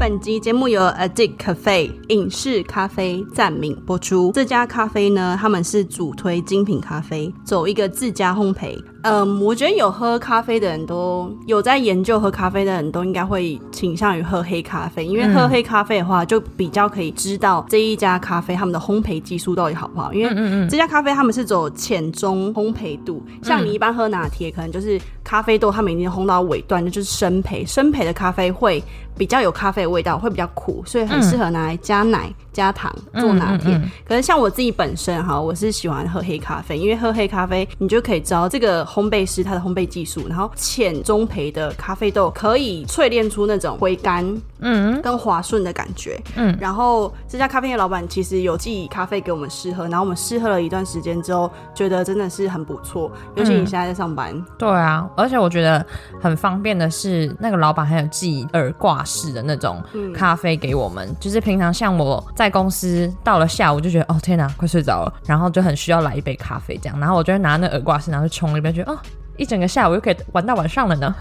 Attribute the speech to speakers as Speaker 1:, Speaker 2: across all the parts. Speaker 1: 本集节目由 Addict Cafe 影视咖啡赞名播出。这家咖啡呢，他们是主推精品咖啡，走一个自家烘焙。嗯，我觉得有喝咖啡的人都有在研究喝咖啡的人都应该会倾向于喝黑咖啡，因为喝黑咖啡的话，就比较可以知道这一家咖啡他们的烘焙技术到底好不好。因为这家咖啡他们是走浅中烘焙度，像你一般喝拿铁，可能就是咖啡豆他们已经烘到尾段，那就是生焙。生焙的咖啡会比较有咖啡的味道，会比较苦，所以很适合拿来加奶、加糖做拿铁。可是像我自己本身哈，我是喜欢喝黑咖啡，因为喝黑咖啡你就可以知道这个烘焙师他的烘焙技术，然后浅中焙的咖啡豆可以淬炼出那种回甘，嗯，跟滑顺的感觉，嗯。然后这家咖啡店老板其实有寄咖啡给我们试喝，然后我们试喝了一段时间之后，觉得真的是很不错，尤其你现在在上班，
Speaker 2: 对啊，而且我觉得很方便的是，那个老板还有寄耳挂式的那种
Speaker 1: 嗯
Speaker 2: 咖啡给我们，就是平常像我在公司到了下午就觉得哦天哪，快睡着了，然后就很需要来一杯咖啡这样，然后我就会拿那耳挂式，然后就冲了一杯，觉得哦。一整个下午又可以玩到晚上了呢。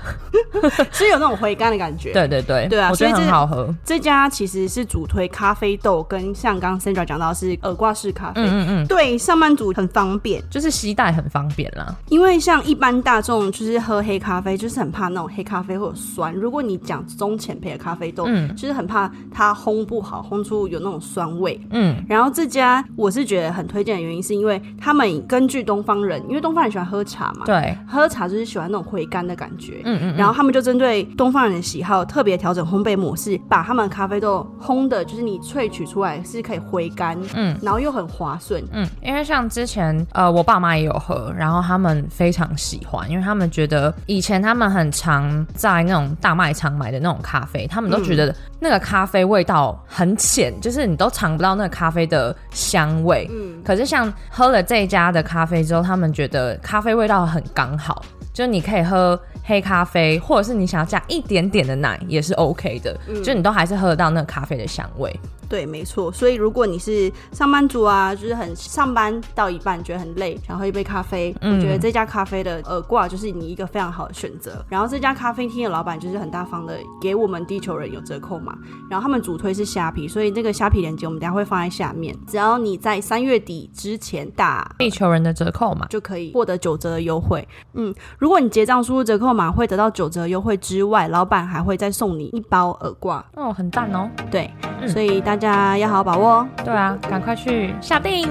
Speaker 1: 是有那种回甘的感觉。
Speaker 2: 对对对，
Speaker 1: 对啊
Speaker 2: 我觉
Speaker 1: 所
Speaker 2: 得
Speaker 1: 以
Speaker 2: 很
Speaker 1: 这
Speaker 2: 好喝。
Speaker 1: 这家其实是主推咖啡豆跟像刚刚 Sandra 讲到是耳挂式咖啡，
Speaker 2: 嗯嗯嗯，
Speaker 1: 对上班族很方便，
Speaker 2: 就是吸带很方便啦。
Speaker 1: 因为像一般大众就是喝黑咖啡，就是很怕那种黑咖啡会有酸。如果你讲中浅焙的咖啡豆，
Speaker 2: 嗯
Speaker 1: 就是很怕它烘不好，烘出有那种酸味。
Speaker 2: 嗯，
Speaker 1: 然后这家我是觉得很推荐的原因，是因为他们根据东方人，因为东方人喜欢喝茶嘛，
Speaker 2: 对，
Speaker 1: 喝茶就是喜欢那种回甘的感觉，
Speaker 2: 嗯嗯
Speaker 1: 然后他们就针对东方人的喜好，特别调整烘焙模式，把他们咖啡豆烘的，就是你萃取出来是可以回甘，嗯，然后又很滑顺，
Speaker 2: 嗯，因为像之前呃，我爸妈也有喝，然后他们非常喜欢，因为他们觉得以前他们很常在那种大卖场买的那种咖啡，他们都觉得那个咖啡味道很浅，就是你都尝不到那个咖啡的香味。嗯，可是像喝了这一家的咖啡之后，他们觉得咖啡味道很刚好。就是你可以喝黑咖啡，或者是你想要加一点点的奶也是 OK 的，就你都还是喝得到那个咖啡的香味。
Speaker 1: 对，没错。所以如果你是上班族啊，就是很上班到一半觉得很累，想喝一杯咖啡，我觉得这家咖啡的耳挂就是你一个非常好的选择。然后这家咖啡厅的老板就是很大方的，给我们地球人有折扣嘛。然后他们主推是虾皮，所以这个虾皮链接我们等一下会放在下面。只要你在三月底之前打
Speaker 2: 地球人的折扣嘛，
Speaker 1: 就可以获得九折的优惠。嗯，如果你结账输入折扣码会得到九折优惠之外，老板还会再送你一包耳挂。
Speaker 2: 哦，很淡哦。
Speaker 1: 对，
Speaker 2: 嗯
Speaker 1: 所以大家要好好把握哦。
Speaker 2: 对啊，赶快去下定。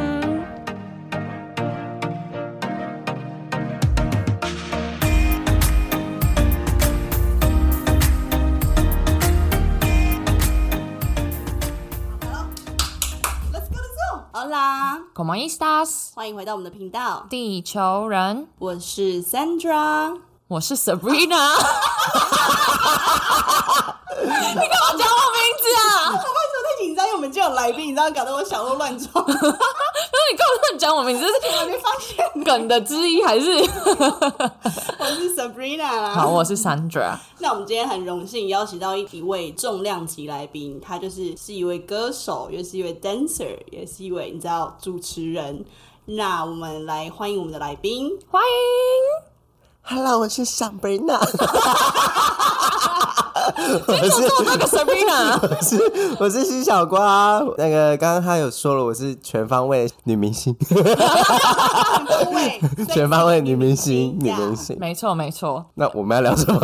Speaker 1: 好啦，
Speaker 2: Como estas？
Speaker 1: 欢迎回到我们的频道，
Speaker 2: 地球人，
Speaker 1: 我是 Sandra。
Speaker 2: 我是 Sabrina。你干嘛讲我名字啊？
Speaker 1: 我为什么太紧张？因为我们今天有来宾，你知道，搞得我小鹿乱撞，我
Speaker 2: 不是你干嘛乱讲我名字？这
Speaker 1: 没发现
Speaker 2: 是梗的之一还是？
Speaker 1: 我是 Sabrina 啦。
Speaker 2: 好，我是 Sandra。
Speaker 1: 那我们今天很荣幸邀请到一一位重量级来宾，他就是是一位歌手，也是一位 dancer，也是一位你知道主持人。那我们来欢迎我们的来宾，
Speaker 2: 欢迎，
Speaker 3: Hello，我是 Sabrina，
Speaker 2: 就做那个 Sabrina。
Speaker 3: 我是我是徐小瓜。那个刚刚他有说了，我是全方位女明星，
Speaker 1: 啊各位
Speaker 3: 全方位女明星，女明。星。
Speaker 2: 没错，没错。
Speaker 3: 那我们要聊什么？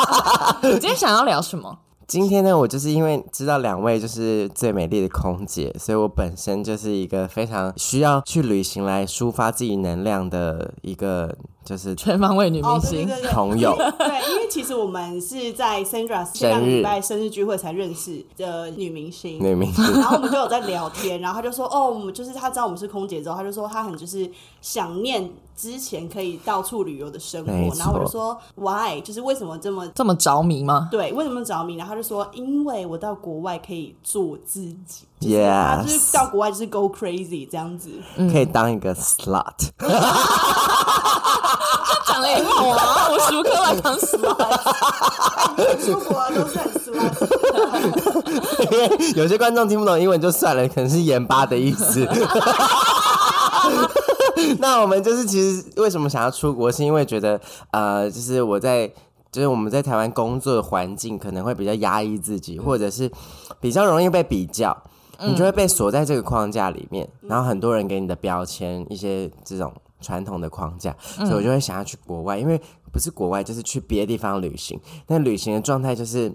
Speaker 2: 你今天想要聊什么？
Speaker 3: 今天呢，我就是因为知道两位就是最美丽的空姐，所以我本身就是一个非常需要去旅行来抒发自己能量的一个就是
Speaker 2: 全方位女
Speaker 1: 哦
Speaker 2: 明，
Speaker 1: 对
Speaker 2: 星。
Speaker 1: 对对对。
Speaker 3: 朋友。
Speaker 1: 对，因为其实我们是在 Sandra 上个礼拜生日聚会才认识的女明星，
Speaker 3: 女明星，
Speaker 1: 然后我们就有在聊天，然后他就说，哦，我们就是他知道我们是空姐之后，他就说他很就是想念之前可以到处旅游的生活
Speaker 3: 没，错
Speaker 1: 然后我就说 why，就是为什么这么。
Speaker 2: 这么着迷吗？
Speaker 1: 对，为什么着迷？然后他就说，因为我到国外可以做自己，他就
Speaker 3: yes，
Speaker 1: 是到国外就是 go crazy 这样子。
Speaker 3: 可以当一个 slut。
Speaker 2: 讲了也不好啊，我熟客来当死吗？
Speaker 1: 出国都是很 s
Speaker 3: 有些观众听不懂英文就算了，可能是盐巴的意思。 那我们就是其实为什么想要出国，是因为觉得呃，就是我在就是我们在台湾工作的环境可能会比较压抑自己，或者是比较容易被比较，你就会被锁在这个框架里面，然后很多人给你的标签，一些这种传统的框架，所以我就会想要去国外，因为不是国外就是去别的地方旅行，但旅行的状态就是。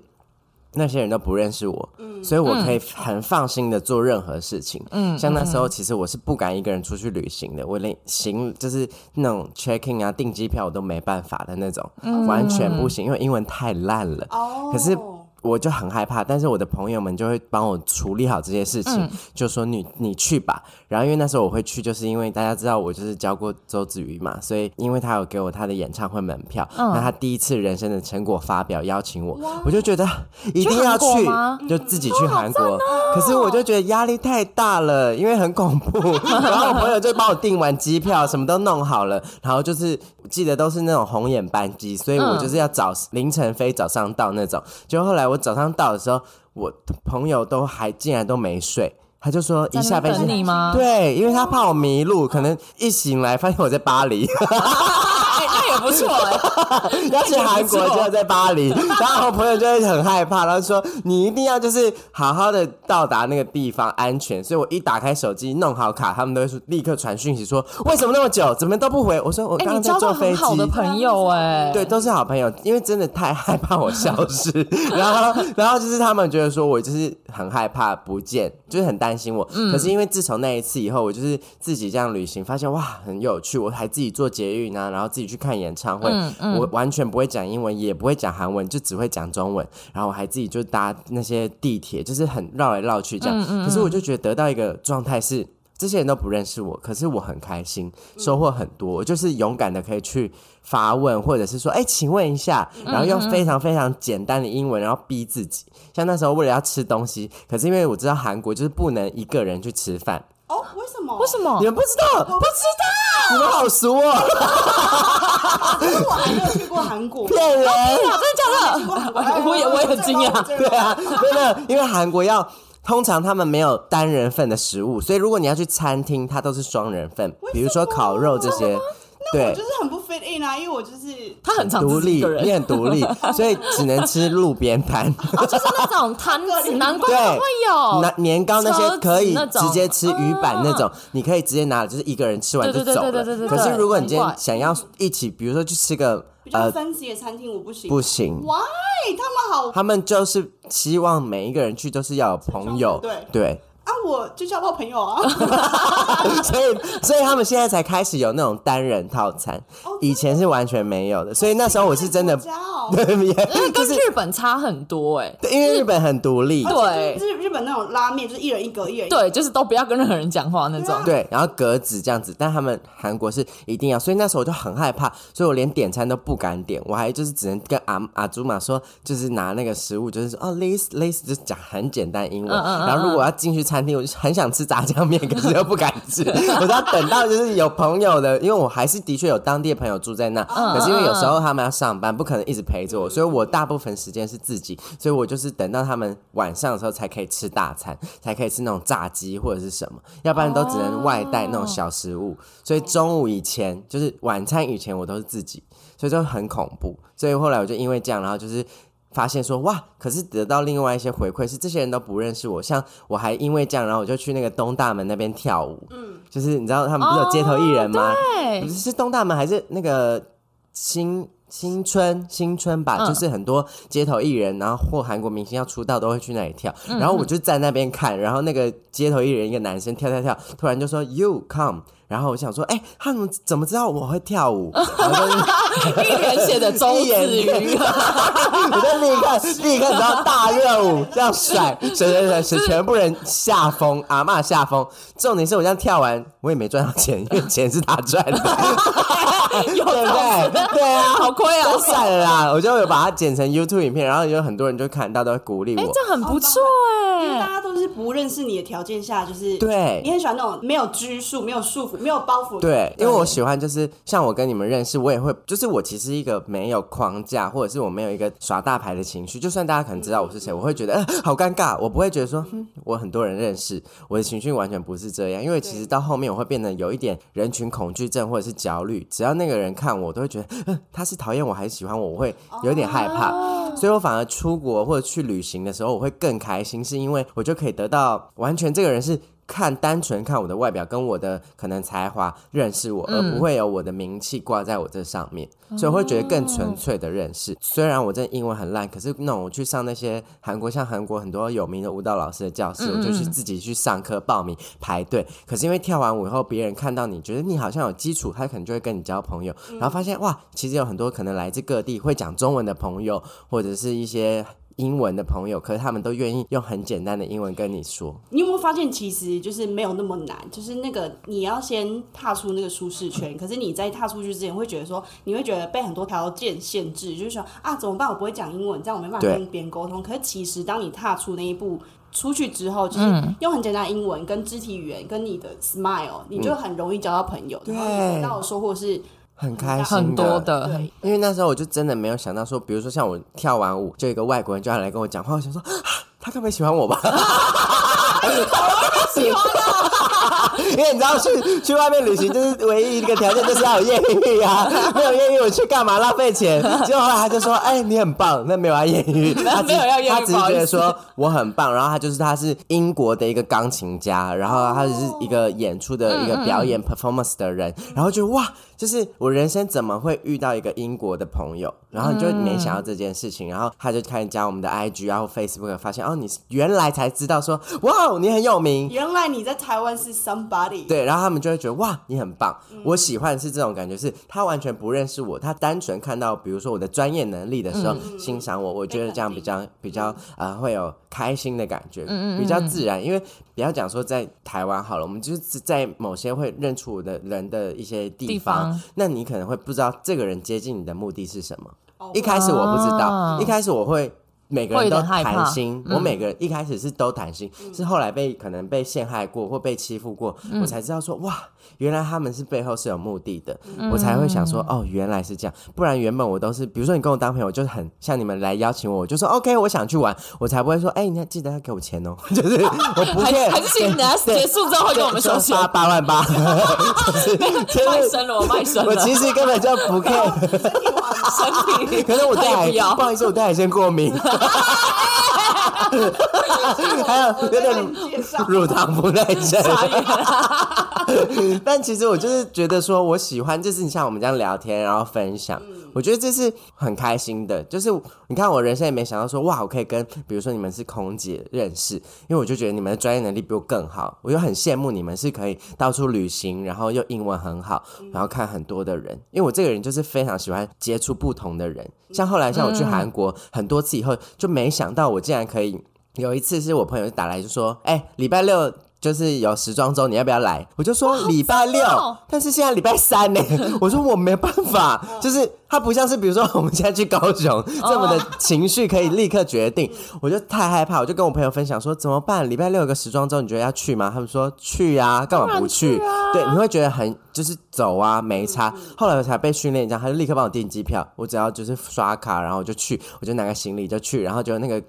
Speaker 3: 那些人都不认识我，所以我可以很放心的做任何事情。嗯，像那时候其实我是不敢一个人出去旅行的，我连行就是那种 checking 啊、订机票我都没办法的那种，完全不行，因为英文太烂了。
Speaker 1: 哦
Speaker 3: 可是我就很害怕，但是我的朋友们就会帮我处理好这些事情，就说你你去吧。然后因为那时候我会去，就是因为大家知道我就是教过周子瑜嘛，所以因为他有给我他的演唱会门票，那、他第一次人生的成果发表邀请我，我就觉得一定要
Speaker 2: 去韩国吗
Speaker 3: 去，就自己去韩国。
Speaker 2: 哦
Speaker 3: 可是我就觉得压力太大了，因为很恐怖。 然后我朋友就帮我订完机票，什么都弄好了，然后就是记得都是那种红眼班机，所以我就是要早凌晨飞，早上到那种。就后来我早上到的时候，我朋友都还竟然都没睡。他就说一下飞
Speaker 2: 在那边等
Speaker 3: 机
Speaker 2: 你吗
Speaker 3: 对，因为他怕我迷路，可能一醒来发现我在巴黎，
Speaker 2: 哎，那也不错哎。
Speaker 3: 要去韩国就要在巴黎，然后我朋友就会很害怕，然后说你一定要就是好好的到达那个地方安全。所以我一打开手机弄好卡，他们都会说立刻传讯息说为什么那么久，怎么都不回？我说我刚
Speaker 2: 哎，你
Speaker 3: 刚在
Speaker 2: 交到
Speaker 3: 坐
Speaker 2: 很
Speaker 3: 飞
Speaker 2: 好的
Speaker 3: 机。
Speaker 2: 朋友哎。
Speaker 3: 对，都是好朋友，因为真的太害怕我消失， 然后，然后就是他们觉得说我就是很害怕不见，就是很担心我。可是因为自从那一次以后，我就是自己这样旅行，发现哇很有趣，我还自己做捷运啊，然后自己去看演唱会，我完全不会讲英文，也不会讲韩文，就只会讲中文，然后我还自己就搭那些地铁，就是很绕来绕去这样。可是我就觉得得到一个状态是。这些人都不认识我，可是我很开心，收获很多。我就是勇敢的可以去发问，或者是说，哎、请问一下，然后用非常非常简单的英文，然后逼自己。像那时候为了要吃东西，可是因为我知道韩国就是不能一个人去吃饭，
Speaker 1: 哦，为什么？
Speaker 2: 为什么
Speaker 3: 你？们不知道，不知道，你们好熟哦，
Speaker 1: 么我还没有去过韩国？
Speaker 3: 骗人。
Speaker 1: 真的假的？
Speaker 2: 我也我也很惊讶
Speaker 1: 对
Speaker 3: 对啊，真的，因为韩国要通常他们没有单人份的食物，所以如果你要去餐厅，它都是双人份，比如说烤肉这些。对，
Speaker 1: 就是很不 fit in 啊，因为我就是
Speaker 2: 他很常
Speaker 3: 独
Speaker 2: 自己一
Speaker 3: 立
Speaker 2: 个，人
Speaker 3: 你，很独 立，所以只能吃路边摊。
Speaker 2: 啊就是那种摊子，难怪
Speaker 3: 对
Speaker 2: 会有。
Speaker 3: 那年糕那些可以
Speaker 2: 车哦子那种啊
Speaker 3: 直接吃鱼板那种，你可以直接拿，就是一个人吃完就
Speaker 2: 对对对
Speaker 3: 走
Speaker 2: 对
Speaker 3: 了
Speaker 2: 对对。对
Speaker 3: 可是如果你今
Speaker 2: 难
Speaker 3: 天
Speaker 2: 怪
Speaker 3: 想要一起，比如说去吃个
Speaker 1: 比较
Speaker 3: 呃，
Speaker 1: fancy 的餐厅，我不行。
Speaker 3: 不行，
Speaker 1: Why？他们好
Speaker 3: 他们就是希望每一个人去都是要有朋友
Speaker 1: 对，
Speaker 3: 对。
Speaker 1: 啊，我就交不到朋友啊。
Speaker 3: 所以，所以他们现在才开始有那种单人套餐，
Speaker 2: 哦
Speaker 3: 以前是完全没有的。所以 那时候我 是真的，
Speaker 1: 家 哦。
Speaker 3: 对，也
Speaker 2: 那跟日本差很多哎。
Speaker 3: 因为日本很独立，
Speaker 2: 对
Speaker 1: 日日本那种拉面就是一人一格，一人一格。
Speaker 2: 对，就是都不要跟任何人讲话那
Speaker 1: 对
Speaker 2: 种
Speaker 1: 啊。
Speaker 3: 对，然后格子这样子，但他们韩国是一定要，所以那时候我就很害怕，所以我连点餐都不敢点，我还就是只能跟阿阿祖玛说，就是拿那个食物，就是说哦，this this 就是讲很简单
Speaker 2: 嗯
Speaker 3: 英文，然后如果要进去餐厅，我就很想吃炸酱面，可是又不敢 吃，我都要等到就是有朋友的，因为我还是的确有当地的朋友住在那，可是因为有时候他们要上班，不可能一直陪着我，所以我大部分时间是自己，所以我就是等到他们晚上的时候才可以吃大餐，才可以吃那种炸鸡或者是什么，要不然都只能外带那种小食物。所以中午以前，就是晚餐以前，我都是自己，所以就很恐怖。所以后来我就因为这样，然后就是。发现说哇，可是得到另外一些回馈，是这些人都不认识我。像我还因为这样，然后我就去那个东大门那边跳舞，嗯，就是你知道他们不是有街头艺人吗？
Speaker 2: 对
Speaker 3: 不是是东大门还是那个新新春新春吧，
Speaker 2: 嗯
Speaker 3: 就是很多街头艺人，然后或韩国明星要出道都会去那里跳，
Speaker 2: 嗯
Speaker 3: 然后我就在那边看，然后那个街头艺人一个男生跳跳跳，突然就说 You come，然后我想说，哎、他们怎么知道我会跳 舞？然后就是
Speaker 2: 一人写的周
Speaker 3: 一眼
Speaker 2: 子瑜，啊
Speaker 3: 我就立刻立刻，然后大热舞这样甩，甩甩甩甩，全部人下风，阿嬷下风。重点是我这样跳完，我也没赚到钱，因为钱是他赚的，
Speaker 2: 有
Speaker 3: 对不
Speaker 2: 种
Speaker 3: 对？对啊，
Speaker 2: 好亏啊
Speaker 3: 都！算了啦，我就有把它剪成 YouTube 影片，然后有很多人就看到都鼓励
Speaker 2: 哎，
Speaker 3: 我。
Speaker 2: 这很不错
Speaker 1: 因为大家都是不认识你的条件下，就是
Speaker 3: 对
Speaker 1: 你很喜欢那种没有拘束、没有束缚、没有包袱。
Speaker 3: 对，因为我喜欢就是像我跟你们认识，我也会就是我其实一个没有框架，或者是我没有一个耍大牌的情绪。就算大家可能知道我是谁，我会觉得、呃、好尴尬，我不会觉得说、嗯、我很多人认识，我的情绪完全不是这样。因为其实到后面我会变得有一点人群恐惧症或者是焦虑，只要那个人看我，都会觉得、呃、他是讨厌我还是喜欢我，我会有点害怕。所以我反而出国或者去旅行的时候，我会更开心，是因为我就可以得到完全这个人是。看单纯看我的外表跟我的可能才华认识我，而不会有我的名气挂在我这上面，所以我会觉得更纯粹的认识。虽然我真的英文很烂，可是那种我去上那些韩国像韩国很多有名的舞蹈老师的教
Speaker 2: 嗯
Speaker 3: 室，我就去自己去上课报名排队。可是因为跳完舞以后，别人看到你觉得你好像有基础，他可能就会跟你交朋友，然后发
Speaker 2: 嗯
Speaker 3: 现哇，其实有很多可能来自各地会讲中文的朋友，或者是一些。英文的朋友，可是他们都愿意用很简单的英文跟你说。
Speaker 1: 你有没有发现，其实就是没有那么难，就是那个你要先踏出那个舒适圈。可是你在踏出去之前，会觉得说，你会觉得被很多条件限制，就是说啊，怎么办？我不会讲英文，这样我没办法
Speaker 3: 对
Speaker 1: 跟别人沟通。可是其实当你踏出那一步。出去之后，
Speaker 3: 嗯
Speaker 1: 就是用很简单的英文、跟肢体语言、跟你的 smile，你
Speaker 3: 嗯
Speaker 1: 就很容易交到朋友，然后你得到的收获是
Speaker 3: 很开心，
Speaker 2: 很多的，
Speaker 1: 对，
Speaker 3: 因为那时候我就真的没有想到说，比如说像我跳完舞，就有一个外国人就要来跟我讲话，我想说、 啊、他该不会喜欢我吧？喜欢啊 因为你知道去去外面旅行，就是唯一一个条件就是要有艳遇啊，没有艳遇我去干嘛浪费钱？结果后来他就说：“哎、你很棒。”那没有要艳遇，他只
Speaker 2: 没有要艳遇
Speaker 3: 他只是
Speaker 2: 不好
Speaker 3: 觉
Speaker 2: 意
Speaker 3: 得
Speaker 2: 思
Speaker 3: 说我很棒。然后他就是他是英国的一个钢琴家，然后他就是一个演出的一个表演 performance 的人，然后就哇，就是我人生怎么会遇到一个英国的朋友？然后你就没想到这件事情，然后他就开始加我们的 IG，然后 Facebook，发现哦，你原来才知道说哇，你很有名，
Speaker 1: 原来你在台湾是 somebody，
Speaker 3: 对，然后他们就会觉得哇，你很棒。我喜欢是这种感觉是，他完全不认识我，他单纯看到比如说我的专业能力的时候、欣赏我，我觉得这样比较比较呃会有开心的感觉，比较自然。因为不要讲说在台湾好了，我们就是在某些会认出我的人的一些地
Speaker 2: 地
Speaker 3: 方，
Speaker 2: 方
Speaker 3: 那你可能会不知道这个人接近你的目的是什么。
Speaker 1: 哦
Speaker 3: 一开始我不知道，
Speaker 2: 啊
Speaker 3: 一开始我会。每个
Speaker 2: 会
Speaker 3: 人
Speaker 2: 有
Speaker 3: 都
Speaker 2: 点害怕嗯
Speaker 3: 谈心，我每个人一开始是都谈心，是后来被可能被陷害过或被欺负过，
Speaker 2: 嗯
Speaker 3: 我才知道说哇，原来他们是背后是有目的的，
Speaker 2: 嗯
Speaker 3: 我才会想说哦，原来是这样，不然原本我都是，比如说你跟我当朋友，我就是很像你们来邀请我，我就说 OK，我想去玩，我才不会说哎，你要记得要给我钱哦， 就是
Speaker 2: 啊
Speaker 3: 我不
Speaker 2: 还
Speaker 3: 骗
Speaker 2: 还，是请等下结束之后会啊跟我们收钱，
Speaker 3: 八八万八， 就是
Speaker 2: 卖身了，我卖身
Speaker 3: 我
Speaker 2: 了，
Speaker 3: 其实根本就不 care。
Speaker 2: 身体，
Speaker 3: 可是我对
Speaker 2: 可
Speaker 3: 海
Speaker 2: 以不要
Speaker 3: 不好意思，我对海鲜 过敏， 还有有点
Speaker 1: 我介绍
Speaker 3: 乳糖不耐症。
Speaker 2: 傻眼了，
Speaker 3: 但其实我就是觉得说，我喜欢就是你像我们这样聊天，然后分享，我觉得这是很开心的。就是你看，我人生也没想到说，哇，我可以跟比如说你们是空姐认识，因为我就觉得你们的专业能力比我更好，我就很羡慕你们是可以到处旅行，然后又英文很好，然后看很多的人。因为我这个人就是非常喜欢接触不同的人，像后来像我去韩国很多次以后，就没想到我竟然可以。有一次是我朋友打来就说：“哎、礼拜六就是有时装周，你要不要来？”我就说礼拜六，但是现在礼拜三呢，我说我没办法，就是他不像是比如说我们现在去高雄这么的情绪可以立刻决定，我就太害怕，我就跟我朋友分享说怎么办？礼拜六有个时装周，你觉得要去吗？他们说去呀、干嘛不去？对，你会觉得很就是走啊，没差。后来我才被训练这样，他就立刻帮我订机票，我只要就是刷卡，然后我就去，我就拿个行李就去，然后就那个。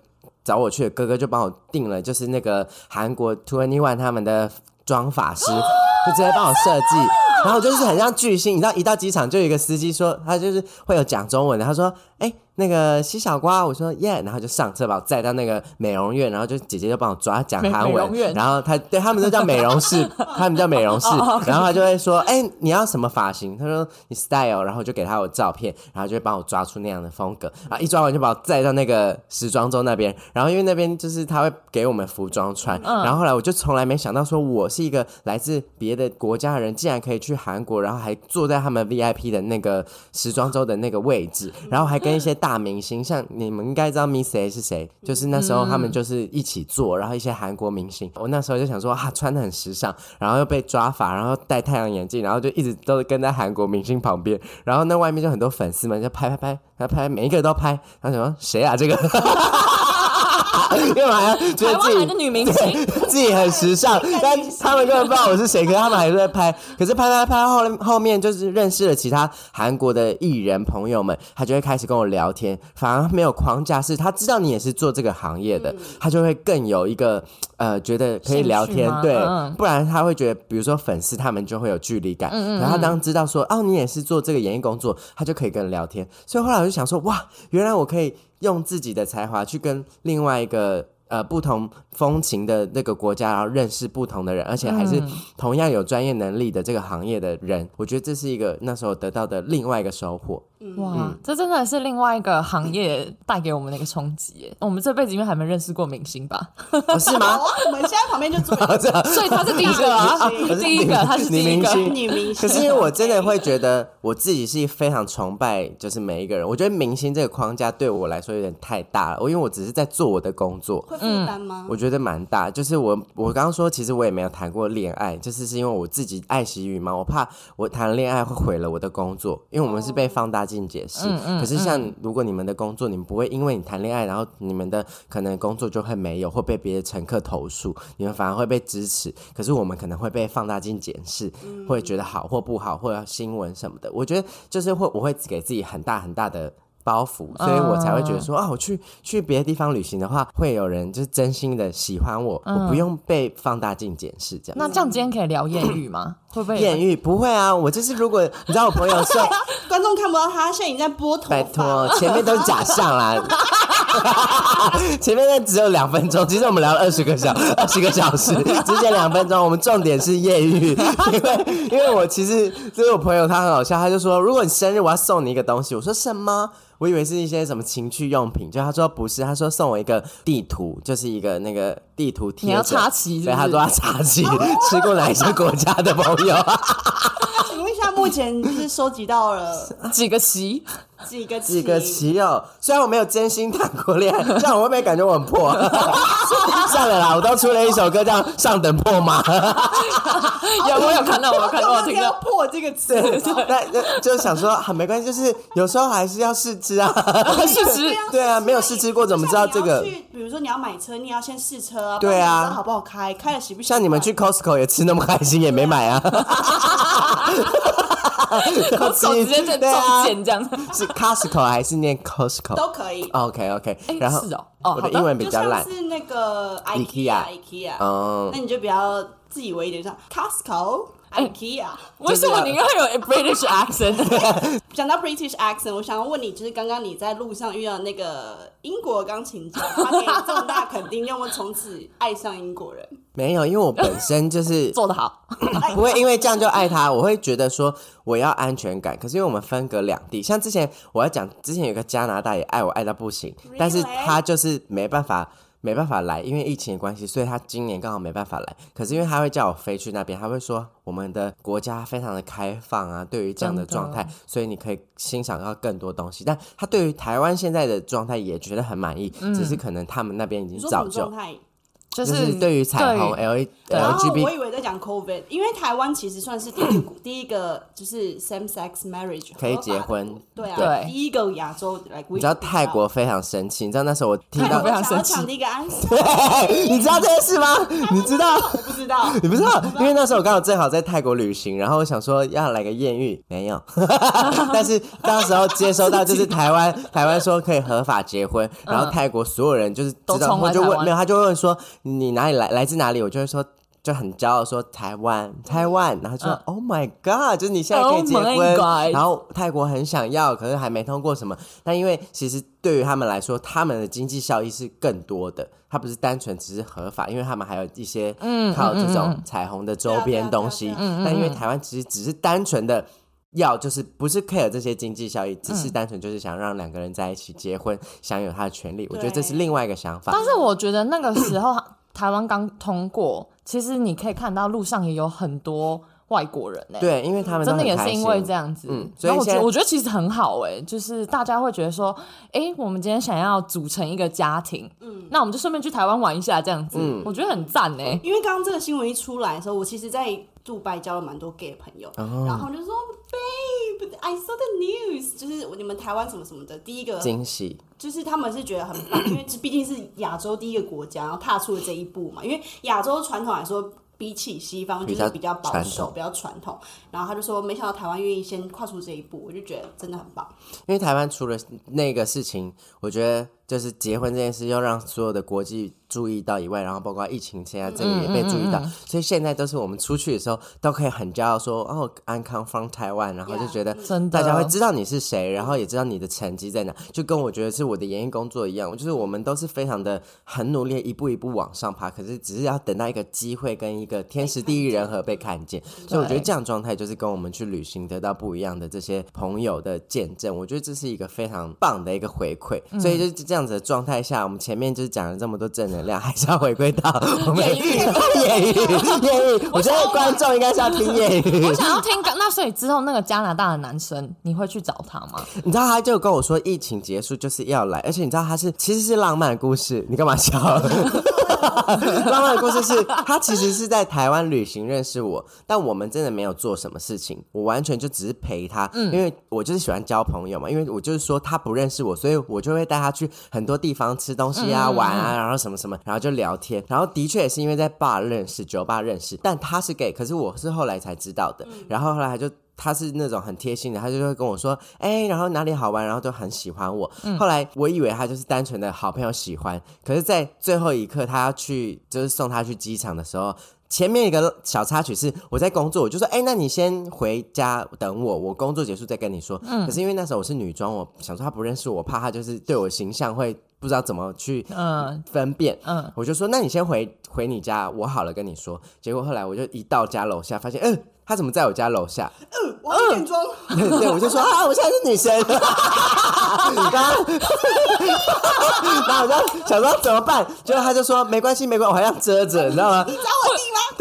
Speaker 3: 找我去的哥哥就帮我订了，就是那个韩国 Twenty One 他们的妆发师，就直接帮我设计。然后就是很像巨星，你知道，一到机场就有一个司机说，他就是会有讲中文的，他说：“哎、那个西小瓜。”我说：“耶、然后就上车把我载到那个美容院，然后就姐姐就帮我抓讲
Speaker 2: 美
Speaker 3: 韩
Speaker 2: 美
Speaker 3: 文
Speaker 2: 容，院
Speaker 3: 然后他对他们都叫美容室，他们叫美容室，然后他就会说：“哎、你要什么发型？”他说：“你 style。”然后我就给他我照片，然后就会帮我抓出那样的风格。啊然后一抓完就把我载到那个时装周那边，然后因为那边就是他会给我们服装穿，然后后来我就从来没想到说我是一个来自别的国家的人，竟然可以去韩国，然后还坐在他们 VIP 的那个时装周的那个位置，然后还跟一些大明星，像你们应该知道 Miss A 是谁，就是那时候他们就是一起做，然后一些韩国明星，我那时候就想说啊，穿的很时尚，然后又被抓发，然后戴太阳眼镜，然后就一直都跟在韩国明星旁边，然后那外面就很多粉丝 们就拍拍拍，然后拍每一个都拍，然后想说谁啊这个。因为们还要觉
Speaker 2: 台
Speaker 3: 得自
Speaker 2: 湾来
Speaker 3: 己
Speaker 2: 的女明星，
Speaker 3: 自己很时尚，但他们根本不知道我是谁，可是他们还是在拍。可是拍拍拍后后面就是认识了其他韩国的艺人朋友们，他就会开始跟我聊天，反而没有框架，是他知道你也是做这个行业的，他就会更有一个呃觉得可以聊
Speaker 2: 兴
Speaker 3: 天
Speaker 2: 趣吗，
Speaker 3: 对，
Speaker 2: 嗯
Speaker 3: 不然他会觉得，比如说粉丝他们就会有距离感。
Speaker 2: 嗯
Speaker 3: 然后他当知道说哦你也是做这个演艺工作，他就可以跟人聊天。所以后来我就想说，哇，原来我可以用自己的才华去跟另外一个。呃，不同风情的那个国家，然后认识不同的人，而且还是
Speaker 2: 嗯
Speaker 3: 同样有专业能力的这个行业的人，我觉得这是一个那时候得到的另外一个收获。
Speaker 2: 哇，
Speaker 3: 嗯
Speaker 2: 这真的是另外一个行业带给我们的一个冲击耶。我们这辈子应该还没认识过明星 吧？
Speaker 3: 哦，是
Speaker 1: 好
Speaker 3: 吗？
Speaker 1: 啊，我们现在旁边就坐一
Speaker 3: 这样
Speaker 2: 所以他是第一个 啊，
Speaker 3: 可是
Speaker 2: 第一个，他是第
Speaker 3: 你
Speaker 2: 一
Speaker 3: 明
Speaker 2: 个
Speaker 3: 星。
Speaker 1: 个女明星。哎
Speaker 3: 可是因为我真的会觉得我自己是非常崇拜，就是每一个人。我觉得明星这个框架对我来说有点太大了，我因为我只是在做我的工作。
Speaker 1: 会负担吗？
Speaker 3: 嗯我觉得蛮大，就是我我刚刚说，其实我也没有谈过恋爱，就是是因为我自己爱惜羽毛，我怕我谈恋爱会毁了我的工作，因为我们是被放大镜解释。可是像如果你们的工作，你们不会因为你谈恋爱，然后你们的可能工作就会没有，会被别的乘客投诉，你们反而会被支持。可是我们可能会被放大镜检视，会觉得好或不好，或者新闻什么的。我觉得就是会，我会给自己很大很大的。包袱，所以我才会觉得说啊，我去去别的地方旅行的话，会有人就是真心的喜欢我，我不用被放大镜检视这样。
Speaker 2: 那这样今天可以聊艳遇吗？会不会
Speaker 3: 艳遇不会啊，我就是如果你知道我朋友说，
Speaker 1: 观众看不到他，现在已经在拨头
Speaker 3: 拜
Speaker 1: 发
Speaker 3: 托，前面都是假象啦， 前面那只有两分钟，其实我们聊了二十个小二十个小时，之前两分钟，我们重点是艳遇，因为因为我其实就是我朋友他很好笑，他就说如果你生日我要送你一个东西，我说什么？我以为是一些什么情趣用品，就他说不是，他说送我一个地图，就是一个那个地图贴纸，
Speaker 2: 你要插旗是不是
Speaker 3: 对，他说要插旗，吃过哪一些国家的朋友？
Speaker 1: 请问一下，目前就是收集到了
Speaker 3: 嗯
Speaker 2: 几个 席？
Speaker 1: 几个
Speaker 3: 几个棋哦，虽然我没有真心谈过恋爱，这样我会不会感觉我 很破？算了啦，我都出了一首歌叫《上等 破马》，
Speaker 2: 有我有看到，我有看到，我有听
Speaker 1: 要
Speaker 2: 到。
Speaker 1: 破哦这个词，
Speaker 3: 但就就想说，啊，没关系，就是有时候还是要试吃啊。
Speaker 2: 是指
Speaker 3: 对啊没有试吃过怎么知道这个
Speaker 1: 就像你要去比如说你要买车，你也要先试车啊，
Speaker 3: 对
Speaker 1: 不
Speaker 3: 啊
Speaker 1: 然你不知道好不好开，开了喜不喜欢？
Speaker 3: 像你们去 Costco 也吃那么开心，也没 买啊。
Speaker 2: 我手直接在
Speaker 3: 对啊
Speaker 2: 撞见这样。
Speaker 3: 是 Costco 还是念 Costco？OK
Speaker 1: 都可以。
Speaker 3: OK，
Speaker 2: 哎
Speaker 3: 然后
Speaker 2: 是哦哦
Speaker 3: 我
Speaker 2: 好
Speaker 3: 的
Speaker 2: 的
Speaker 3: 英文哦比
Speaker 1: 就
Speaker 3: 较
Speaker 1: 像
Speaker 3: 烂，
Speaker 1: 是那个
Speaker 3: IKEA
Speaker 1: IKEA，IKEA，
Speaker 3: 嗯
Speaker 1: 那你就比较自以为一点，像 Costco、IKEA。
Speaker 3: 哎
Speaker 2: 为什么你刚刚有 British accent？
Speaker 1: 讲到 British accent，我想要问你，就是刚刚你在路上遇到那个英国钢琴家，他给你这么大肯定，你有没有从此爱上英国人？哎
Speaker 3: 没有，因为我本 身就是
Speaker 2: 做得好，
Speaker 3: 啊 不会因为这样就爱他，我会觉得说我要安全感。可是因为我们分隔两地，像之前我要讲，之前有个加拿大也爱我爱到不行
Speaker 1: Really？
Speaker 3: 但是他就是没办法。没办法来，因为疫情的关系，所以他今年刚好没办法来。可是因为他会叫我飞去那边，他会说我们的国家非常的开放啊，对于这样的
Speaker 2: 真的
Speaker 3: 状态，所以你可以欣赏到更多东西。但他对于台湾现在的状态也觉得很满意，只是可能他们那边已经
Speaker 1: 你说什
Speaker 3: 早
Speaker 1: 么
Speaker 3: 就
Speaker 1: 状态？
Speaker 2: 就
Speaker 3: 就是对于彩虹 L A
Speaker 1: 然后
Speaker 3: LGBT
Speaker 1: 我以为在讲 COVID，因为台湾其实算是第一个第一个就是 same sex marriage
Speaker 3: 可
Speaker 1: 合法的
Speaker 3: 以结婚
Speaker 1: 对啊，
Speaker 2: 对
Speaker 1: 第一个亚洲来。你
Speaker 3: 你知道泰国非常生气，你知道那时候我听
Speaker 1: 泰
Speaker 3: 到
Speaker 1: 国
Speaker 2: 非，常
Speaker 1: 想要
Speaker 2: 生气
Speaker 1: 抢第一个安息，
Speaker 3: 你知道这件事吗？你知道？
Speaker 1: 我不知道。
Speaker 3: 你不知道？因为那时候我刚好正好在泰国旅行，然后我想说要来个艳遇，没有。但是当时候接收到就是台湾，台湾说可以合法结婚，然后泰国所有人就是
Speaker 2: 都
Speaker 3: 知道，
Speaker 2: 冲来
Speaker 3: 他就
Speaker 2: 台
Speaker 3: 问
Speaker 2: 湾
Speaker 3: 没有，他就问说你哪里来，来自哪里？我就会说。就很骄傲说台湾，台湾，然后就说、Oh my God，就是你现在可以结
Speaker 2: Oh my
Speaker 3: 婚
Speaker 2: God
Speaker 3: 然后泰国很想要，可是还没通过什么。但因为其实对于他们来说，他们的经济效益是更多的，它不是单纯只是合法，因为他们还有一些靠这种彩虹的周边东西
Speaker 1: 对啊。
Speaker 3: 但因为台湾其实只是单纯的。要就是不是 care 这些经济效益，只是单纯就是想让两个人在一起结婚，享有他的权利。我觉得这是另外一个想法。
Speaker 2: 但是我觉得那个时候台湾刚通过，其实你可以看到路上也有很多外国人呢、欸
Speaker 3: 对，因为他们都
Speaker 2: 真的
Speaker 3: 很
Speaker 2: 也
Speaker 3: 开
Speaker 2: 是因
Speaker 3: 心
Speaker 2: 为这样子，
Speaker 3: 嗯所以
Speaker 2: 然后我觉
Speaker 3: 现在
Speaker 2: 得我觉得其实很好哎、就是大家会觉得说，哎、我们今天想要组成一个家庭，嗯，那我们就顺便去台湾玩一下这样子，
Speaker 3: 嗯
Speaker 2: 我觉得很赞哎、
Speaker 1: 因为刚刚这个新
Speaker 3: 哦
Speaker 1: 闻一出来的时候，我其实在杜拜交了蛮多 gay 朋友，然后他们就说 babe I saw the news，就是你们台湾什么什么的，第一个
Speaker 3: 惊喜，
Speaker 1: 就是他们是觉得很棒，因为这毕竟是亚洲第一个国家，然后踏出了这一步嘛。因为亚洲传统来说，比起西方就
Speaker 3: 比
Speaker 1: 是
Speaker 3: 较
Speaker 1: 比较保
Speaker 3: 传
Speaker 1: 守、
Speaker 3: 统
Speaker 1: 比较传统。然后他就说，没想到台湾愿意先跨出这一步，我就觉得真的很棒。
Speaker 3: 因为台湾除了那个事情，我觉得就是结婚这件事又让所有的国际注意到以外，然后包括疫情现在这个也被注意到，所以现在都是我们出去的时候都可以很骄傲说哦，I'm come from Taiwan，然后就
Speaker 1: Yeah，
Speaker 3: 觉得
Speaker 2: 真的
Speaker 3: 嗯大家会知道你是谁，然后也知道你的成绩在哪，就跟我觉得是我的演艺工作一样，就是我们都是非常的很努力，一步一步往上爬，可是只是要等到一个机会跟一个天时地利人和被看见，所以我觉得这样状态就是跟我们去旅行得到不一样的这些朋友的见证，我觉得这是一个非常棒的一个回馈，
Speaker 2: 嗯
Speaker 3: 所以就是这样子的状态下，我们前面就是讲了这么多正能量，还是要回归到我们的
Speaker 1: 演
Speaker 3: 业余业余，我觉得观众应该是要听业余。
Speaker 2: 我想要听个，那所以之后那个加拿大的男生，你会去找他 吗？
Speaker 3: 你知道他就跟我说，疫情结束就是要来，而且你知道他是其实是浪漫的故事，你干嘛笑？ 浪漫的故事是他其实是在台湾旅行认识我，但我们真的没有做什么事情，我完全就只是陪他，因为我就是喜欢交朋友嘛，因为我就是说他不认识我，所以我就会带他去很多地方吃东西啊、玩啊，然后什么什么，然后就聊天，然后的确也是因为在 bar 认识、酒吧认识，但他是 gay，可是我是后来才知道的，然后后来他就。他是那种很贴心的，他就会跟我说，哎、然后哪里好玩，然后就很喜欢我。后来我以为他就是单纯的好朋友喜欢，可是，在最后一刻他要去，就是送他去机场的时候。前面一个小插曲是我在工作，我就说，哎、那你先回家等我，我工作结束再跟你说。可是因为那时候我是女装，我想说他不认识我，我怕他就是对我形象会不知道怎么去
Speaker 2: 嗯
Speaker 3: 分辨。
Speaker 2: 嗯，
Speaker 3: 我就说，那你先回回你家，我好了跟你说。结果后来我就一到家楼下，发现，嗯、他怎么在我家楼下？
Speaker 1: 我要变装，
Speaker 3: 对，我就说啊，我现在是女生。 然后，然后我就想说怎么办？结果他就说没关系，没关系，我还要遮着，你知道吗？
Speaker 1: 你找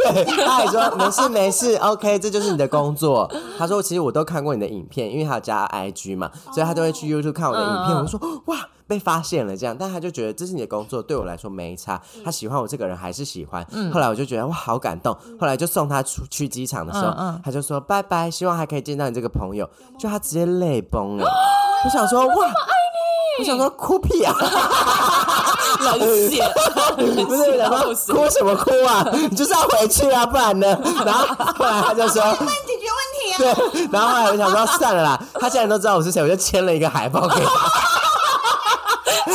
Speaker 1: 我弟吗？
Speaker 3: 对，他还说没事没事，OK，这就是你的工作。他说其实我都看过你的影片，因为他有加 IG 嘛，
Speaker 1: 哦
Speaker 3: 所以他都会去 YouTube 看我的影
Speaker 1: 嗯
Speaker 3: 片。我就说哇，被发现了这样，但他就觉得这是你的工作，对我来说没差。他喜欢我这个人还是喜欢。
Speaker 1: 嗯
Speaker 3: 后来我就觉得哇，好感动。后来就送他出去机场的时
Speaker 1: 嗯
Speaker 3: 候，他就说拜拜，希望还可以见到你这个朋友。就他直接泪崩
Speaker 1: 哦
Speaker 3: 了。我想说哇，我想说哭屁 啊！
Speaker 2: 冷血，
Speaker 3: 不是，然后哭什么哭啊？你就是要回去啊，不然 呢？然后后来他就说，
Speaker 1: 帮你解决问题啊！
Speaker 3: 对，然后后来我想说算了啦，他既然都知道我是谁，我就签了一个海报 给他。因为因为我想说他，不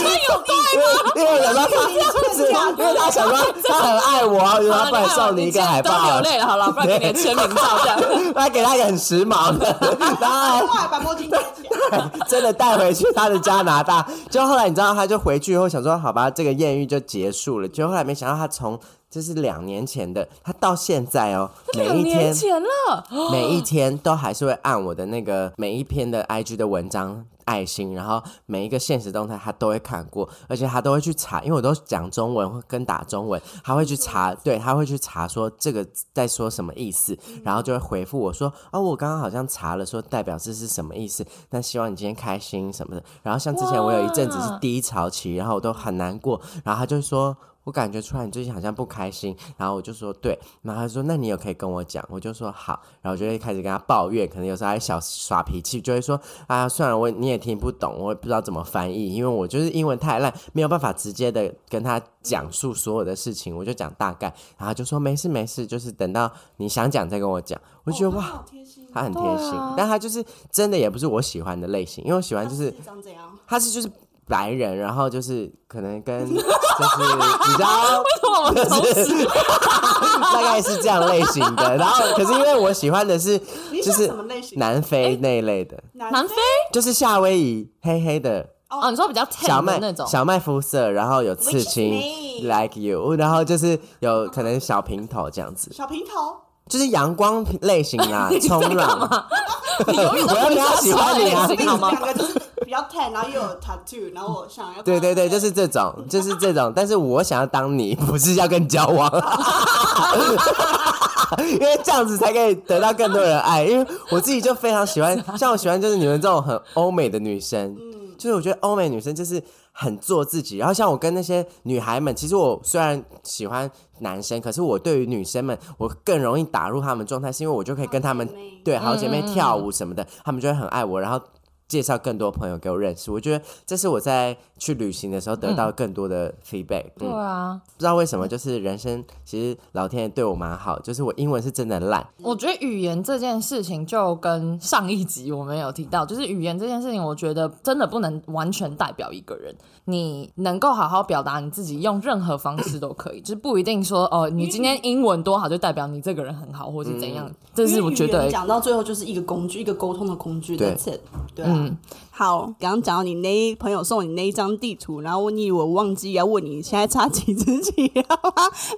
Speaker 3: 是因为他想说他很爱我啊，我就说不然送你一个海报啊
Speaker 2: 都
Speaker 3: 好
Speaker 2: 流
Speaker 3: 了，
Speaker 2: 泪了，好了，不然给你的签名照这样。
Speaker 3: 来给他一个很时髦的，然后 还
Speaker 1: 我还把墨镜戴起来。
Speaker 3: 真的带回去他的加拿大。就后来你知道，他就回去以后想说，好吧，这个艳遇就结束了。就后来没想到，他从这是两年前的，他到现在哦，每
Speaker 2: 两
Speaker 3: 一
Speaker 2: 年
Speaker 3: 天
Speaker 2: 前了，
Speaker 3: 每一天都还是会按我的那个每一篇的 IG 的文章。爱心，然后每一个现实动态他都会看过，而且他都会去查，因为我都讲中文跟打中文，他会去查，对他会去查说这个在说什么意思，然后就会回复我说，哦，我刚刚好像查了，说代表这是什么意思，但希望你今天开心什么的。然后像之前我有一阵子是
Speaker 2: 哇
Speaker 3: 低潮期，然后我都很难过，然后他就说。我感觉出来你最近好像不开心，然后我就说对，然后他说那你也可以跟我讲，我就说好，然后我就会开始跟他抱怨，可能有时候还小耍脾气，就会说啊，算了，我你也听不懂，我也不知道怎么翻译，因为我就是英文太烂，没有办法直接的跟他讲述所有的事情，我就讲大概，然后他就说没事没事，就是等到你想讲再跟我讲， 我就觉得哇，
Speaker 1: 好贴心，
Speaker 3: 他很贴心，啊但他就是真的也不是我喜欢的类型，因为我喜欢就是
Speaker 1: 长这样。
Speaker 3: 他是就是白人，然后就是可能跟 就是你知道，
Speaker 2: 我们同时
Speaker 3: 大概是这样类型的。然后可是因为我喜欢的是
Speaker 1: 你
Speaker 3: 就
Speaker 1: 想
Speaker 3: 是
Speaker 1: 什么类型？
Speaker 3: 南非那一类的，
Speaker 2: 南非
Speaker 3: 就是夏威夷黑黑的。
Speaker 2: 哦，你说比较
Speaker 3: 小
Speaker 2: tan
Speaker 3: 麦
Speaker 2: 的那种，
Speaker 3: 小麦肤色，然后有刺
Speaker 1: Which is
Speaker 3: 青
Speaker 1: me
Speaker 3: ，like you，然后就是有可能小平头这样子，
Speaker 1: 小平头，
Speaker 3: 就是阳光类型 啦，冲浪。
Speaker 2: 你永远都
Speaker 3: 我要
Speaker 2: 不
Speaker 3: 不要喜欢你啊
Speaker 2: 知道
Speaker 1: 另
Speaker 2: 好吗
Speaker 1: 两？个就是比较 tan，然后又有 tattoo，然后我想要
Speaker 3: 对对对，就是这种，就是这种。但是我想要当你， 不是要跟你交往， 因为这样子才可以得到更多人爱。因为我自己就
Speaker 1: 嗯
Speaker 3: 非常喜欢，像我喜欢就是你们这种很欧美的女生，就是我觉得欧美女生就是很做自己。然后像我跟那些女孩们，其实我虽然喜欢男生，可是我对于女生们，我更容易打入她们状态，是因为我就可以跟她们
Speaker 1: 好姐妹
Speaker 3: 对好姐妹跳舞什么的，她们就会很爱我，然后。介绍更多朋友给我认识，我觉得这是我在去旅行的时候得到更多的 feedback。
Speaker 2: 嗯对啊，
Speaker 3: 不知道为什么，就是人生其实老天爷对我蛮好，就是我英文是真的烂，
Speaker 2: 我觉得语言这件事情就跟上一集我们有提到，就是语言这件事情，我觉得真的不能完全代表一个人。你能够好好表达你自己，用任何方式都可以，就是不一定说哦，你今天英文多好就代表你这个人很好，或是怎样。这是我觉
Speaker 1: 因为语
Speaker 2: 得
Speaker 1: 言讲到最后就是一个工具，一个沟通的工具。
Speaker 3: 对
Speaker 1: That's it，对啊。好，刚刚讲到你那一朋友送你那一张地图，然后你以为我忘记要问你现在差几只几了吗？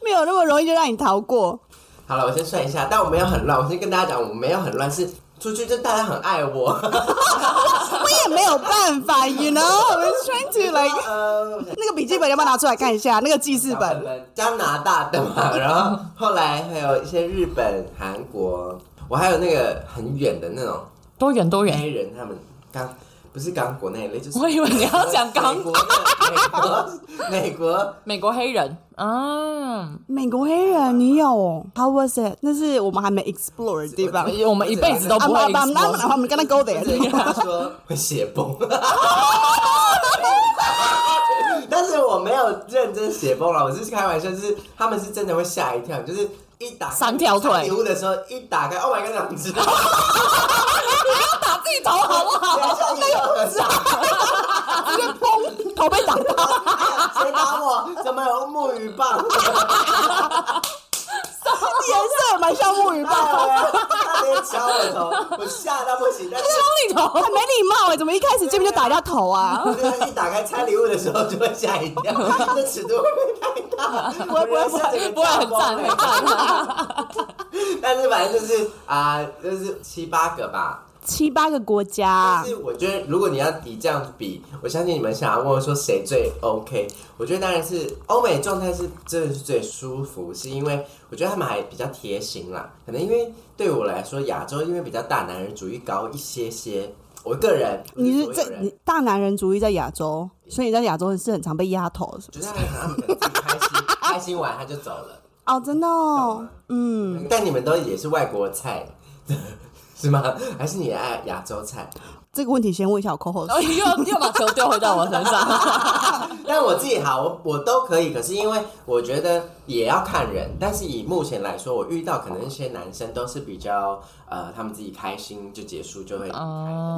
Speaker 1: 没有那么容易就让你逃过。
Speaker 3: 好了，我先算一下，但我没有很乱。我先跟大家讲，我没有很乱，是出去就大家很爱我。
Speaker 1: 我也没有办法，you know，我们 trying to like
Speaker 3: 呃，
Speaker 1: 那个笔记本要不要拿出来看一下？那个记事本。
Speaker 3: 人、加拿大的嘛，然后后来还有一些日本、韩国，我还有那个很远的那种
Speaker 2: 多远多远。
Speaker 3: 黑人，他们刚不是刚国内类，就是
Speaker 2: 我以为你要讲刚
Speaker 3: 美国的、美国、美国
Speaker 2: 美国黑人，嗯，
Speaker 1: 美国黑人，你有哦？How was it？那是我们还没 explore 的地方。
Speaker 2: 我们一辈子都不会
Speaker 1: I'm I'm
Speaker 2: explore
Speaker 1: not I'm gonna go
Speaker 3: 我只
Speaker 1: there
Speaker 3: 能。跟他说 会写崩，但是我没有认真写崩了，我是开玩笑，就是他们是真的会吓一跳，就是一打开
Speaker 2: 三条腿
Speaker 3: 礼物的时候一打开，Oh my god，两 只，
Speaker 2: 打自己头好不好？
Speaker 3: 那
Speaker 1: 砰，头被打到。
Speaker 3: 哎谁打我？怎么有木鱼 棒？
Speaker 1: 颜色蛮像木
Speaker 3: 哎
Speaker 1: 鱼棒，
Speaker 3: 他直接敲我头，我吓到不行。但是
Speaker 2: 你头
Speaker 1: 很没礼貌哎、怎么一开始见面就打人家头啊？
Speaker 3: 我就是一打开拆礼物的时候就会吓一跳，这尺度会不会太大？不
Speaker 1: 会不会不
Speaker 2: 不
Speaker 3: 会
Speaker 2: 会很赞很赞，
Speaker 3: 但是反正就是啊、就是七八个吧。
Speaker 1: 七八个国家
Speaker 3: 但，是我觉得，如果你要比这样比，我相信你们想要问我说谁最 OK，我觉得当然是欧美状态是真的是最舒服，是因为我觉得他们还比较贴心啦。可能因为对我来说，亚洲因为比较大男人主义高一些些，我个人
Speaker 1: 你是
Speaker 3: 不所有
Speaker 1: 这
Speaker 3: 人
Speaker 1: 你大男人主义在亚洲，所以你在亚洲是很常被压头的是不
Speaker 3: 就是是他们可能自己开心开心完他就走了。
Speaker 1: 哦，真的哦，嗯，
Speaker 3: 但你们都也是外国菜，是吗？还是你爱亚洲 菜？
Speaker 1: 这个问题先问一下我 c o h o
Speaker 2: 然后又又把球丢回到我身上。
Speaker 3: 但我自己好，我我都可以。可是因为我觉得也要看人，但是以目前来说，我遇到可能一些男生都是比较呃，他们自己开心就结束就会离开的。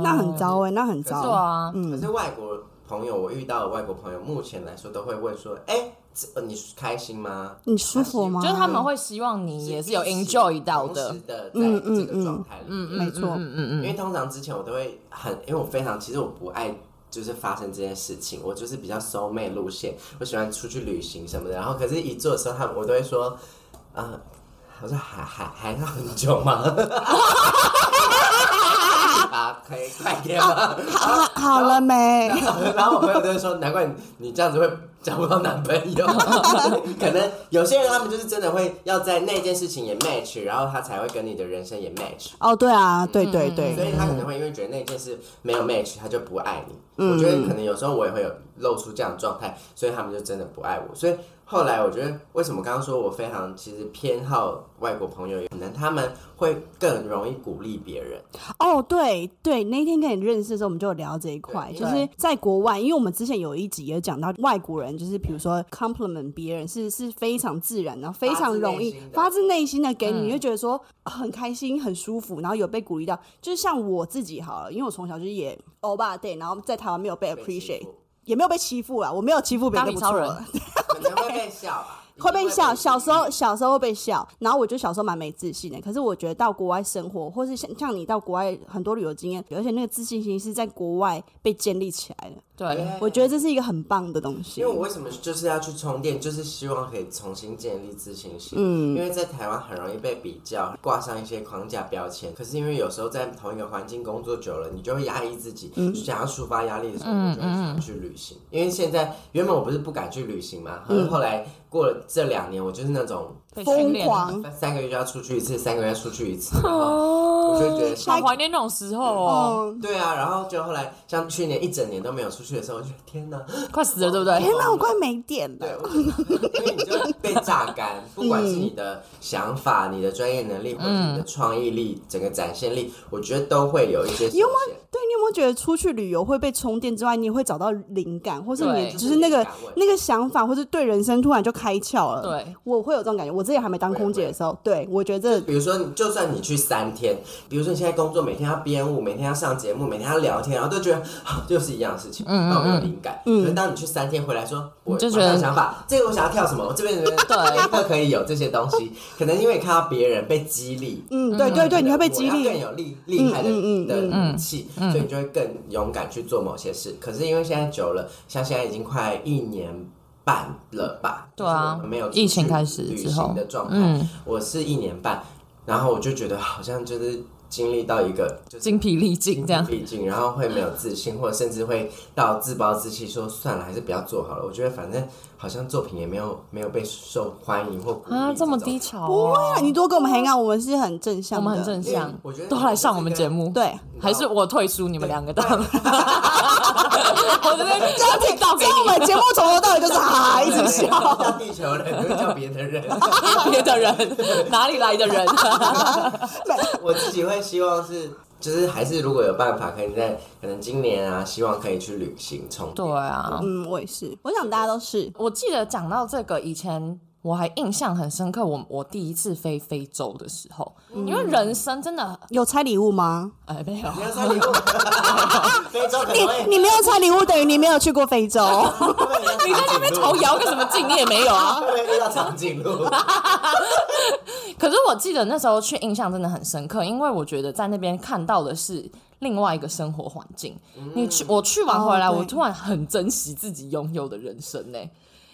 Speaker 1: 那很糟哎、那很
Speaker 2: 哦对
Speaker 1: 糟。
Speaker 2: 啊，
Speaker 3: 可是外国朋友，我遇到的外国朋友，目前来说都会问说：“哎、这呃你开心吗？
Speaker 1: 你舒服吗
Speaker 2: 就是他们会希望你也是有 enjoy 到的嗯
Speaker 3: 同时，的在这个状态里面。
Speaker 1: 没错，嗯
Speaker 3: 因为通常之前我都会很，因为我非常其实我不爱就是发生这件事情，我就是比较 soul mate 路线，我喜欢出去旅行什么的。然后可是，一做的时候，他们我都会说，呃，我说还还还要很久吗？ 啊，可以快点吗？
Speaker 1: 好啊好了没？
Speaker 3: 然后我朋友就会说，难怪你你这样子会交不到男朋友， 可能有些人他们就是真的会要在那件事情也 match，然后他才会跟你的人生也 match。
Speaker 1: 哦，对啊，对对
Speaker 3: 所
Speaker 1: 对，
Speaker 3: 以他可能会因为觉得那件事没有 match，他就不爱你。我觉得可能有时候我也会有露出这样的状态，所以他们就真的不爱我。所以后来我觉得，为什么刚刚说我非常其实偏好外国朋友，可能他们会更容易鼓励别人。
Speaker 1: 哦，对对，那天跟你认识的时候，我们就有聊这一块，
Speaker 3: 对
Speaker 1: 就是在国外，因为我们之前有一集也讲到外国人，就是比如说 compliment 别人是是非常自然的，然后非常容易发
Speaker 3: 发
Speaker 1: 自内心的给你，你会觉得说啊很开心、很舒服，然后有被鼓励到。就是像我自己好了，因为我从小就是也欧巴 day，然后在台湾没有被
Speaker 3: 被欺负
Speaker 1: appreciate，也没有被欺负啦，我没有欺负别人就
Speaker 2: 咖喱
Speaker 1: 不错
Speaker 2: 超人
Speaker 1: 了。
Speaker 3: 可能会被嗯笑啊吧，
Speaker 1: 会被笑，
Speaker 3: 一定欺负
Speaker 1: 小时候小时候会被笑，然后我就小时候蛮没自信的。可是我觉得到国外生活，或是像像你到国外很多旅游经验，而且那个自信心是在国外被建立起来的。
Speaker 2: 对，
Speaker 1: 我觉得这是一个很棒的东西
Speaker 3: 因为。我为什么就是要去充电，就是希望可以重新建立自信心。嗯，因为在台湾很容易被比较，挂上一些框架标签。可是因为有时候在同一个环境工作久了，你就会压抑自己，想要抒发压力的时候，你就会想要去旅行。因为现在原本我不是不敢去旅行嘛，后后来过了这两年我就是那种
Speaker 2: 被训
Speaker 1: 疯
Speaker 2: 练
Speaker 1: 狂。
Speaker 3: 三个月就要出去一次，三个月出去一次，然后
Speaker 4: 哦
Speaker 3: 我就觉得
Speaker 2: 好怀念那种时候哦，
Speaker 1: 哦，
Speaker 3: 对啊，然后就后来像去年一整年都没有出去的时候，我就觉得天哪，
Speaker 1: 哦
Speaker 2: 快死了，对不对？
Speaker 1: 天哪，我快没电
Speaker 3: 对，
Speaker 1: 了。
Speaker 3: 我就因为你就被榨干，不管是你的想法、你的专业能力，或者你的创意力、整个展现力，我觉得都会有一些
Speaker 1: 因
Speaker 3: 有
Speaker 1: 为对你有没有觉得出去旅游会被充电之外，你也会找到灵感，或是你
Speaker 2: 对
Speaker 1: 就是那个
Speaker 3: 就是灵感
Speaker 1: 那个想法，或是对人生突然就开窍了？
Speaker 2: 对，
Speaker 1: 我会有这种感觉。我之前还没当空姐的时候，对我觉得
Speaker 3: 比如说，你就算你去三天，比如说你现在工作，每天要编舞，每天要上节目，每天要聊天，然后都觉得啊又是一样的事情，嗯嗯没有灵感。嗯，可是当你去三天回来说，我
Speaker 2: 你就觉得
Speaker 3: 马上想法，这个我想要跳什么，我这边对
Speaker 2: 对
Speaker 3: 立刻可以有这些东西。可能因为看到别人被激励，
Speaker 1: 嗯，对对对，你会被激
Speaker 3: 我要更
Speaker 1: 励。
Speaker 3: 有厉厉害的
Speaker 1: 嗯嗯嗯
Speaker 3: 的武器，所以你就会更勇敢去做某些事。可是因为现在久了，像现在已经快一年半了吧？
Speaker 2: 对啊
Speaker 3: 就是我们没有出去
Speaker 2: 疫情开始
Speaker 3: 旅
Speaker 2: 之后
Speaker 3: 行的状态，
Speaker 2: 嗯
Speaker 3: 我是一年半，然后我就觉得好像就是经历到一个就是
Speaker 2: 精疲力尽这样。
Speaker 3: 毕竟，然后会没有自信，或者甚至会到自暴自弃，说算了，还是不要做好了。我觉得反正好像作品也没有没有被受欢迎或鼓励
Speaker 2: 啊，这么
Speaker 3: 种
Speaker 2: 低潮、
Speaker 1: 不
Speaker 2: 哦！
Speaker 1: 会啊，你多跟我们 hang out，我们是很正向
Speaker 2: 我
Speaker 1: 的，
Speaker 2: 们很正向
Speaker 3: 对我觉得，
Speaker 2: 都来上我们节目。，
Speaker 1: 对。
Speaker 2: 还是我退出你们两个的。 我这边邀请到给
Speaker 1: 那我们节目从头到尾就是哈哈一直笑。
Speaker 3: 叫地球人， 不是叫别的人。
Speaker 2: 你 别的人，哪里来 的人？
Speaker 3: 我自己会希望是，就是还是如果有办法，可以在可能今年啊，希望可以去旅行充
Speaker 2: 对
Speaker 3: 电。
Speaker 2: 啊，
Speaker 1: 嗯，我也是，我想大家都是。
Speaker 2: 我记得讲到这个以前。我还印象很深刻，我我第一次飞非洲的时候，因为人生真的，
Speaker 1: 有拆礼物吗？
Speaker 2: 哎，没有，
Speaker 3: 你要穿礼 物，非洲可能会
Speaker 1: 你你没有拆礼物，等于你没有去过非洲。
Speaker 2: 你在
Speaker 3: 啊
Speaker 2: 那边头摇个什么劲，你也没有啊。
Speaker 3: 会不会遇到长颈鹿？
Speaker 2: 可是我记得那时候去印象真的很深刻，因为我觉得在那边看到的是另外一个生活环境。你去我去完回来，
Speaker 1: 哦对
Speaker 2: 我突然很珍惜自己拥有的人生呢、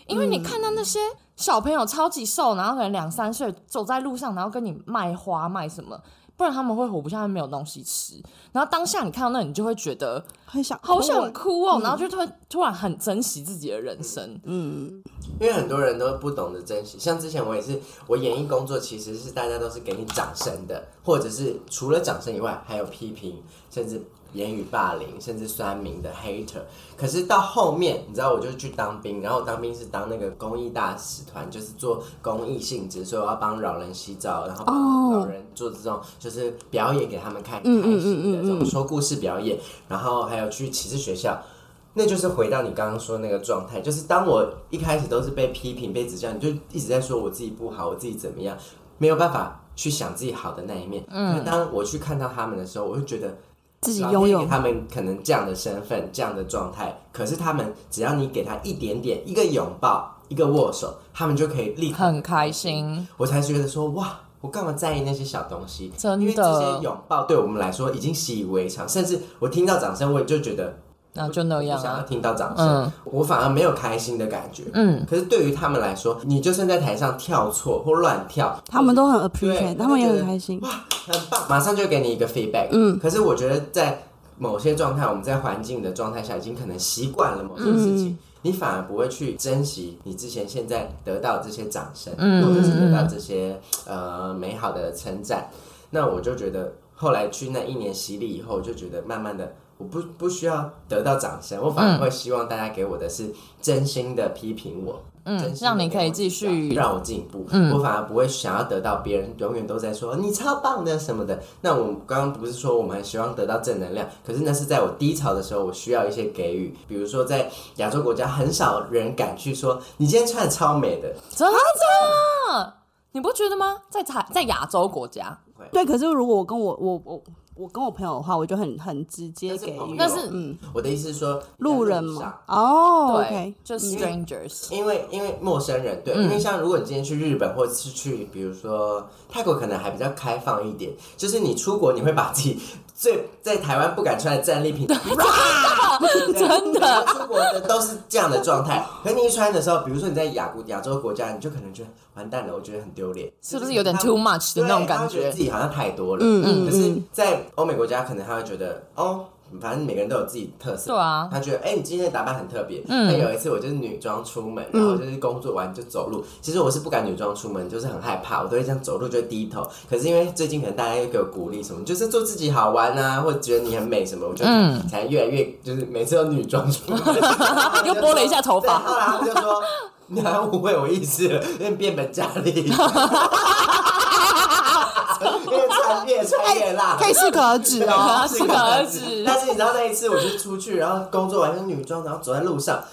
Speaker 2: 因为你看到那些小朋友超级瘦，然后可能两三岁走在路上，然后跟你卖花卖什么，不然他们会活不下去，没有东西吃。然后当下你看到那，你就会觉得
Speaker 1: 很想，
Speaker 2: 好想哭哦，然后就突然突然很珍惜自己的人生。
Speaker 3: 因为很多人都不懂得珍惜。像之前我也是，我演艺工作其实是大家都是给你掌声的，或者是除了掌声以外，还有批评，甚至言语霸凌，甚至酸民的 hater。可是到后面，你知道，我就去当兵，然后当兵是当那个公益大使团，就是做公益性质，所以我要帮老人洗澡，然后帮老人做这种就是表演给他们看，开心的这种说故事表演，然后还有去歧视学校。那就是回到你刚刚说那个状态，就是当我一开始都是被批评、被指教，你就一直在说我自己不好，我自己怎么样，没有办法去想自己好的那一面。嗯，当我去看到他们的时候，我就觉得
Speaker 1: 自己
Speaker 3: 老
Speaker 1: 拥
Speaker 3: 天
Speaker 1: 有
Speaker 3: 给他们可能这样的身份、这样的状态，可是他们只要你给他一点点一个拥抱、一个握手，他们就可以立刻
Speaker 2: 很开心，
Speaker 3: 我才觉得说哇，我干嘛在意那些小东西？
Speaker 2: 真的
Speaker 3: 因为这些拥抱对我们来说已经习以为常，甚至我听到掌声，我也就觉得
Speaker 2: 那就那样
Speaker 3: 我想要
Speaker 2: 啊。
Speaker 3: 听到掌声，
Speaker 2: 嗯
Speaker 3: 我反而没有开心的感觉。
Speaker 2: 嗯，
Speaker 3: 可是对于他们来说，你就算在台上跳错或乱跳，
Speaker 1: 他们都很
Speaker 3: 对
Speaker 1: appreciate，他们也
Speaker 3: 就觉
Speaker 1: 很
Speaker 3: 得
Speaker 1: 开心。
Speaker 3: 哇，很棒，马上就给你一个 feedback。嗯，可是我觉得在某些状态，我们在环境的状态下，已经可能习惯了某些事情。你反而不会去珍惜你之前现在得到这些掌声，或者是得到这些呃美好的称赞。那我就觉得后来去那一年洗礼以后，我就觉得慢慢的，我不不需要得到掌声，我反而会希望大家给我的是真心的批评我，嗯
Speaker 2: 让你可以继续嗯
Speaker 3: 让我进步，我反而不会想要得到别人永远都在说你超棒的什么的。那我刚刚不是说我们很希望得到正能量，可是那是在我低潮的时候，我需要一些给予，比如说在亚洲国家，很少人敢去说你今天穿的超美的，
Speaker 2: 真的，你不觉得吗？在台在亚洲国家，
Speaker 1: 对，可是如果我跟我我我我跟我朋友的话，我就很很直接
Speaker 3: 但是
Speaker 1: 给
Speaker 3: 朋友
Speaker 1: 予
Speaker 2: 但是
Speaker 3: 嗯，我的意思是说
Speaker 1: 路人
Speaker 3: 在路上
Speaker 1: 嘛。哦
Speaker 2: 对
Speaker 1: ，OK，，
Speaker 2: 就 strangers，
Speaker 3: 因为因为陌生人，对，
Speaker 2: 嗯
Speaker 3: 因为像如果你今天去日本，或者是去比如说泰国，可能还比较开放一点，就是你出国你会把自己最在台湾不敢穿的战 利品，真的出国的都是这样的状态。可你一穿的时候，比如说你在亚国亚洲国家，你就可能觉得完蛋了，我觉得很丢脸，
Speaker 2: 是不是有点 too much 的
Speaker 3: 对
Speaker 2: 那种
Speaker 3: 他
Speaker 2: 感
Speaker 3: 会觉得
Speaker 2: 觉
Speaker 3: 自？己好像太多了。
Speaker 1: 嗯嗯
Speaker 3: 可是，在欧美国家，可能他会觉得，哦，反正每个人都有自己特色。
Speaker 2: 对啊
Speaker 3: 他觉得哎、你今天的打扮很特别。
Speaker 2: 嗯
Speaker 3: 嗯，那有一次我就是女装出门，然后就是工作完就走路。其实我是不敢女装出门，就是很害怕，我都会这样走路就会低头。可是因为最近可能大家又给我鼓励什么，就是做自己好玩啊，或者觉得你很美什么，我就
Speaker 2: 嗯
Speaker 3: 才越来越就是每次都女装出门，
Speaker 2: 又拨了一下头
Speaker 3: 对，
Speaker 2: 发
Speaker 3: 后来他们就说。 你好像误会我意思了，因为变本加厉，越穿越穿越辣，
Speaker 1: 可以适可而止 哦。
Speaker 2: 啊适可而止
Speaker 3: 但是你知道那一次，我就出去，然后工作完就女装，然后走在路上，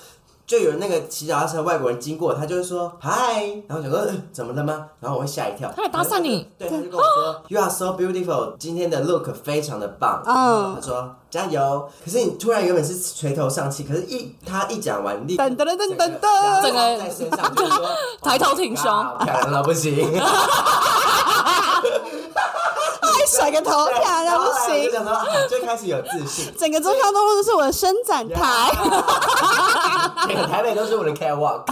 Speaker 3: 就有那个骑脚踏车的外国人经过，他就会说嗨，然后我想说、呃怎么了吗？然后我会吓一跳，
Speaker 2: 他来搭讪你
Speaker 3: 对，他就跟我说 You are so beautiful，今天的 look 非常的棒，
Speaker 5: 嗯
Speaker 2: 哦
Speaker 3: 嗯，他说加油。可是你突然原本是垂头丧气，可是一他一讲完，立
Speaker 1: 噔噔噔噔噔
Speaker 3: 噔
Speaker 1: 噔，
Speaker 2: 整个
Speaker 3: 在身上就是说
Speaker 2: 抬头挺胸
Speaker 1: 啊
Speaker 3: 哇漂亮到不行。
Speaker 1: 还甩个头，漂
Speaker 3: 然
Speaker 1: 亮
Speaker 3: 后
Speaker 1: 不
Speaker 3: 后来我就
Speaker 1: 行，
Speaker 3: 想说，啊就开始有 自信。
Speaker 1: 整个中山东路都是我的伸展台。
Speaker 3: 整个台北都是我的 catwalk，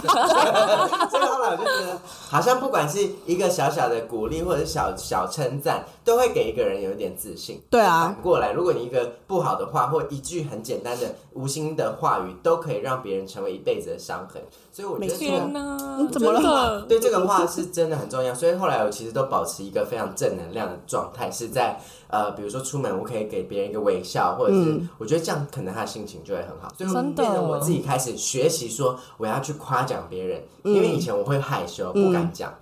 Speaker 3: 所以后来我就觉得，好像不管是一个小小的鼓励或者小小称赞，都会给一个人有一点自信。
Speaker 1: 对啊，
Speaker 3: 反过来，如果你一个不好的话，或一句很简单的无心的话语，都可以让别人成为一辈子的伤痕。所以我觉
Speaker 1: 没
Speaker 3: 得
Speaker 1: 错
Speaker 3: 这
Speaker 2: 天
Speaker 3: 个
Speaker 2: 哪
Speaker 1: 你，怎么了
Speaker 2: 真 的
Speaker 3: 对这个话是真的很重要。所以后来我其实都保持一个非常正能量的状态，是在呃，比如说出门，我可以给别人一个微笑，或者是我觉得这样可能他的心情就会很好。所以我
Speaker 2: 真的
Speaker 3: 变得我自己开始学习说我要去夸奖别人，因为以前我会害羞不敢讲。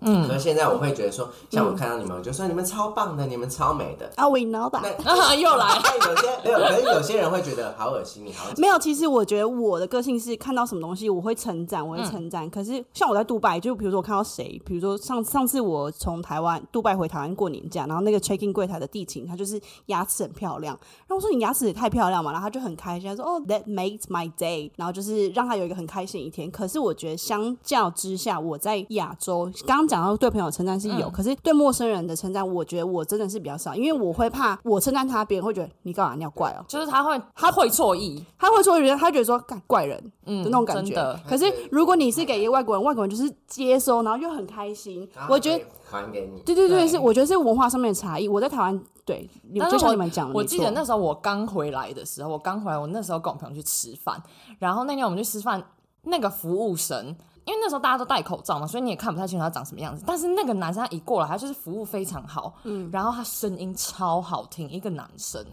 Speaker 3: 嗯，可是现在我会觉得说，像我看到你们，我就说你们超棒的，你们超美的。
Speaker 1: 啊，we know that。
Speaker 3: 那
Speaker 2: 啊又来，
Speaker 3: 但有些没有，可是有些人会觉得好恶心，你好恶心。
Speaker 1: 没有，其实我觉得我的个性是看到什么东西我会称赞，我会称赞。可是像我在杜拜，就比如说我看到谁，比如说上上次我从台湾杜拜回台湾过年假，然后那个 check in 柜台的地勤，她就是牙齿很漂亮，然后我说你牙齿也太漂亮嘛，然后她就很开心，她说哦、that makes my day，然后就是让她有一个很开心的一天。可是我觉得相较之下，我在亚洲刚刚讲到对朋友称赞是有，可是对陌生人的称赞，我觉得我真的是比较少，因为我会怕我称赞他，别人会觉得你干嘛尿怪哦、
Speaker 2: 就是他会他会错意，
Speaker 1: 他会说人，他觉得说干怪人，嗯，
Speaker 2: 嗯
Speaker 1: 那种感觉
Speaker 2: 真的。
Speaker 1: 可是如果你是给一个外国人，外国人就是接收，然后又很开心
Speaker 3: 然。后
Speaker 1: 我觉得，
Speaker 3: 还给你，
Speaker 1: 对对对，
Speaker 2: 啊对
Speaker 1: 是我觉得是文化上面的差异。我在台湾，对，你
Speaker 2: 但是
Speaker 1: 就像
Speaker 2: 我
Speaker 1: 你们讲的，
Speaker 2: 我
Speaker 1: 没
Speaker 2: 记
Speaker 1: 错
Speaker 2: 得那时候我刚回来的时候，我刚回来，我那时候跟我朋友去吃饭，然后那天我们去吃饭，那个服务生，因为那时候大家都戴口罩嘛，所以你也看不太清楚他长什么样子。但是那个男生他一过来，他就是服务非常好，嗯，然后他声音超好听，一个男生，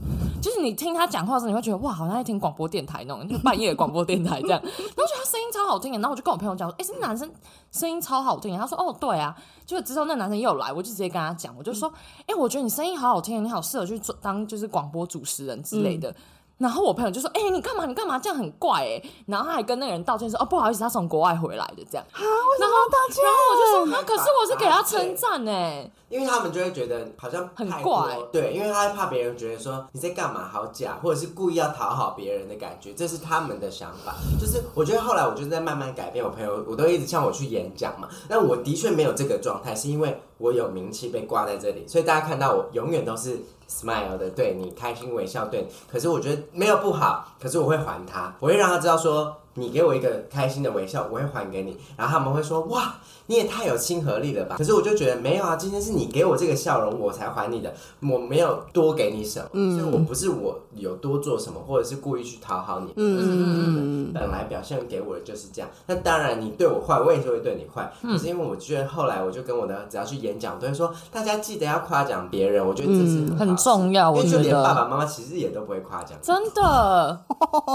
Speaker 2: 就是你听他讲话的时候，你会觉得哇，好像在听广播电台那种，就 半夜的广播电台这样。然后我觉得他声音超好听的，然后我就跟我朋友讲说，哎、这男生声音超好听的。他说，哦，对啊。就之后那男生又来，我就直接跟他讲，我就说，哎、我觉得你声音好好听，你好适合去做当就是广播主持人之类的。然后我朋友就说：“哎、你干嘛？你干嘛？这样很怪哎、然后他还跟那个人道歉说：“哦，不好意思，他从国外回来的。”这样。啊，为什么道歉？然后我就说：“啊，可是我是给他称赞哎。
Speaker 3: 因为他们就会觉得好像
Speaker 2: 很
Speaker 3: 太多
Speaker 2: 怪
Speaker 3: 对，因为他怕别人觉得说你在干嘛好假，或者是故意要讨好别人的感觉，这是他们的想法。就是我觉得后来我就在慢慢改变，我朋友我都一直像我去演讲嘛，但我的确没有这个状态，是因为我有名气被挂在这里，所以大家看到我永远都是 smile 的对你开心微笑对你，可是我觉得没有不好，可是我会还他，我会让他知道说。你给我一个开心的微笑，我会还给你。然后他们会说：“哇，你也太有亲和力了吧！可是我就觉得没有啊，今天是你给我这个笑容，我才还你的，我没有多给你什么，
Speaker 2: 嗯
Speaker 3: 所以我不是我有多做什么，或者是故意去讨好你，嗯嗯嗯，本来表现给我的就是这样。那当然，你对我坏，我也是会对你坏，
Speaker 2: 嗯
Speaker 3: 可是因为我觉得后来我就跟我的只要去演讲，我都会说大家记得要夸奖别人，我觉得这是
Speaker 2: 嗯
Speaker 3: 好
Speaker 2: 很重要
Speaker 3: 因为就
Speaker 2: 我觉
Speaker 3: 连
Speaker 2: 得
Speaker 3: 爸爸妈妈其实也都不会夸奖”，
Speaker 2: 真的，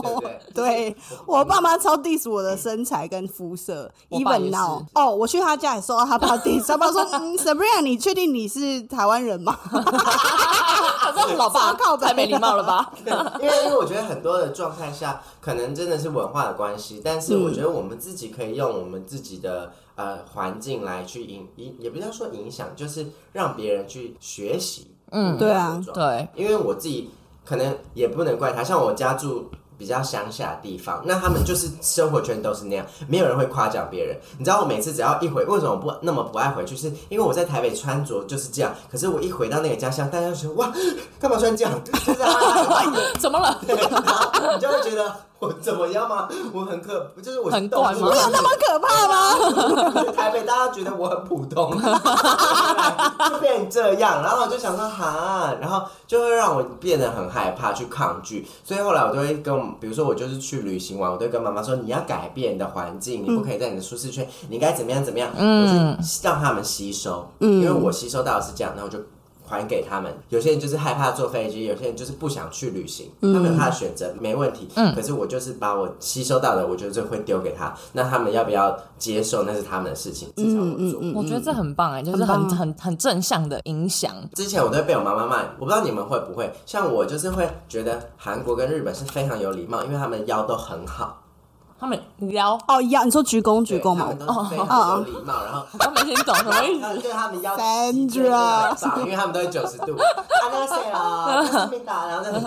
Speaker 3: 对不对？
Speaker 1: 对我爸妈超 diss 我的身材跟肤色
Speaker 2: 我爸
Speaker 1: ，even
Speaker 2: 也是
Speaker 1: now。哦，我去他家也收到他爸 diss，他 爸说：“嗯，Sabrina，你确定你是台湾人吗
Speaker 2: 可是我老爸
Speaker 1: 靠北
Speaker 2: 太没礼貌了吧？
Speaker 3: 因为因为我觉得很多的状态下，可能真的是文化的关系，但
Speaker 1: 嗯
Speaker 3: 是我觉得我们自己可以用我们自己的呃环境来去影影，也不叫说影响，就是让别人去学习。
Speaker 2: 嗯
Speaker 1: 对啊
Speaker 2: 对，
Speaker 3: 因为我自己可能也不能怪他，像我家住比较乡下的地方，那他们就是生活圈都是那样，没有人会夸奖别人。你知道我每次只要一回，为什么我不那么不爱回去？是因为我在台北穿着就是这样，可是我一回到那个家乡，大家就觉得哇，干嘛穿这样？就是、啊
Speaker 2: 怎么了？
Speaker 3: 然后你就会觉得我怎么样吗？我很可，就是我
Speaker 2: 很怪吗
Speaker 3: 我是
Speaker 1: 那么可怕吗？
Speaker 3: 台北大家觉得我很普通， 就变成这样，然后我就想说哈，然后就会让我变得很害怕去抗拒，所以后来我就会跟我，比如说我就是去旅行玩，我都会跟妈妈说你要改变你的环境，你不可以在你的舒适圈，你应该怎么样怎么样，嗯，我是让他们吸收，嗯，因为我吸收到的是这样，那我就。还给他们。有些人就是害怕坐飞机，有些人就是不想去旅行，他们有他的选择，没问题。可是我就是把我吸收到的，我就是会丢给他。那他们要不要接受，那是他们的事
Speaker 2: 嗯
Speaker 1: 嗯
Speaker 3: 情，至少我做。
Speaker 2: 我觉得这很棒哎、就是
Speaker 1: 很
Speaker 2: 很
Speaker 1: 棒啊
Speaker 2: 很很正向的影响。
Speaker 3: 之前我都会被我妈妈骂，我不知道你们会不会。像我就是会觉得韩国跟日本是非常有礼貌，因为他们腰都很好，
Speaker 2: 他们撩，
Speaker 1: 哦，一样，你说鞠躬鞠
Speaker 3: 对
Speaker 1: 躬
Speaker 3: 他
Speaker 1: 吗
Speaker 3: 们？都是非常有礼貌，然后
Speaker 2: 他们听懂什么意思？
Speaker 3: 那对他们要
Speaker 1: Sandra
Speaker 3: 就是很棒因为他们都会九十度，啊那个谁啊，就是没打，然后就很，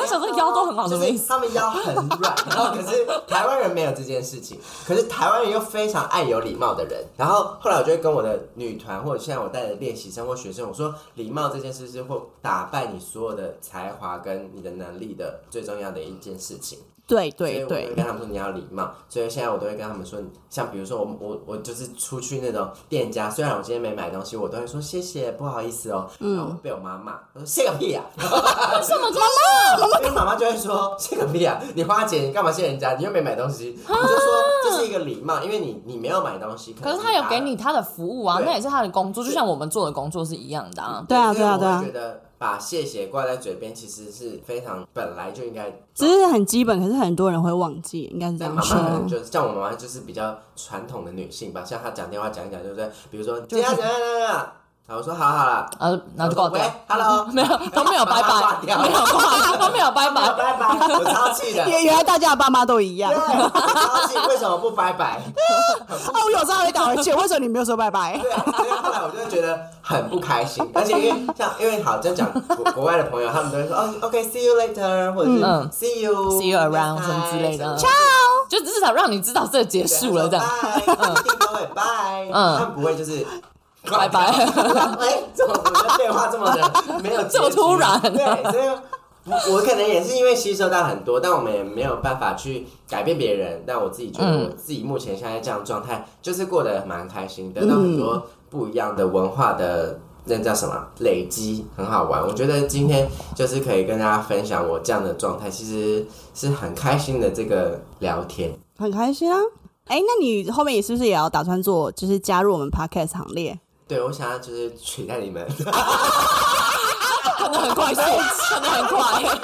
Speaker 2: 我想说腰都很好什
Speaker 3: 就
Speaker 2: 么意
Speaker 3: 是
Speaker 2: 思？
Speaker 3: 他们腰很软，然后可是台湾人没有这件事情，可是台湾人又非常爱有礼貌的人。然后后来我就会跟我的女团，或者现在我带的练习生或学生，我说礼貌这件事是会打败你所有的才华跟你的能力的最重要的一件事情。
Speaker 1: 对
Speaker 3: 所以
Speaker 1: 对
Speaker 3: 我都会
Speaker 1: 对，
Speaker 3: 跟他们说你要礼貌，所以现在我都会跟他们说，像比如说我我我就是出去那种店家，虽然我今天没买东西，我都会说谢谢，不好意思哦，然后被我妈骂，我说谢个屁啊，
Speaker 2: 嗯 为什么这样？
Speaker 3: 因为妈妈就会说谢个屁啊，你花钱你干嘛谢人家，你又没买东西，我就说这是一个礼貌，因为你你没有买东西，
Speaker 2: 可是
Speaker 3: 能
Speaker 2: 他有
Speaker 3: 打
Speaker 2: 给
Speaker 3: 扰
Speaker 2: 你他的服务啊，
Speaker 3: 对
Speaker 2: 那也是他的工作，就像我们做的工作是一样的啊。
Speaker 1: 对啊
Speaker 3: 所以
Speaker 1: 对啊
Speaker 3: 我
Speaker 1: 对啊
Speaker 3: 会觉得把谢谢挂在嘴边，其实是非常本来就应该
Speaker 1: 只是很基本，可是很多人会忘记，应该是这
Speaker 3: 但
Speaker 1: 样
Speaker 3: 妈妈可
Speaker 1: 说。
Speaker 3: 能就是像我妈妈就是比较传统的女性吧，像她讲电话讲一讲，对不对？比如说啊怎样怎样怎样怎样，好，我说好好了，
Speaker 2: 呃，然后就挂掉
Speaker 3: 喂。，Hello，
Speaker 2: 没有，都没有拜
Speaker 3: 妈妈挂
Speaker 2: 拜，没
Speaker 3: 掉
Speaker 2: 有 挂，都没有拜
Speaker 3: 拜
Speaker 2: 拜。
Speaker 3: 拜拜，我超气 的，对，
Speaker 1: 原原来大家的爸妈都一
Speaker 2: 啊
Speaker 1: 样。
Speaker 3: 我超气，为什么不拜拜？
Speaker 1: 哦，我有时候还会打回去，为什么你没有说拜拜？
Speaker 3: 对啊，所以后来我就觉得很不开心，而且因 为像因为好，真讲国国外的朋友，他们都会说哦，OK，see you later，或者是
Speaker 2: 嗯
Speaker 3: see you
Speaker 2: See you around 什么之类的，就至少让你知道这个结束了这样。
Speaker 3: 拜，一定都会拜，
Speaker 2: 嗯
Speaker 3: 他们不会就是。
Speaker 2: 拜 拜
Speaker 3: 哎，怎么我们的对话这么的没有结局
Speaker 2: 这么突然
Speaker 3: 对，所以我我可能也是因为吸收到很多，但我们也没有办法去改变别人。但我自己觉
Speaker 2: 嗯
Speaker 3: 得，我自己目前现在这样的状态，就是过得蛮开心，得到很多不一样的文化的。那叫什么？累积很好玩。我觉得今天就是可以跟大家分享我这样的状态，其实是很开心的这个聊天。
Speaker 1: 很开心啊。哎，那你后面也是不是也要打算做，就是加入我们 podcast 行 列？
Speaker 3: 对，我想要就是取代你们，
Speaker 2: 可能很快， 可能
Speaker 3: 哎
Speaker 2: 很快，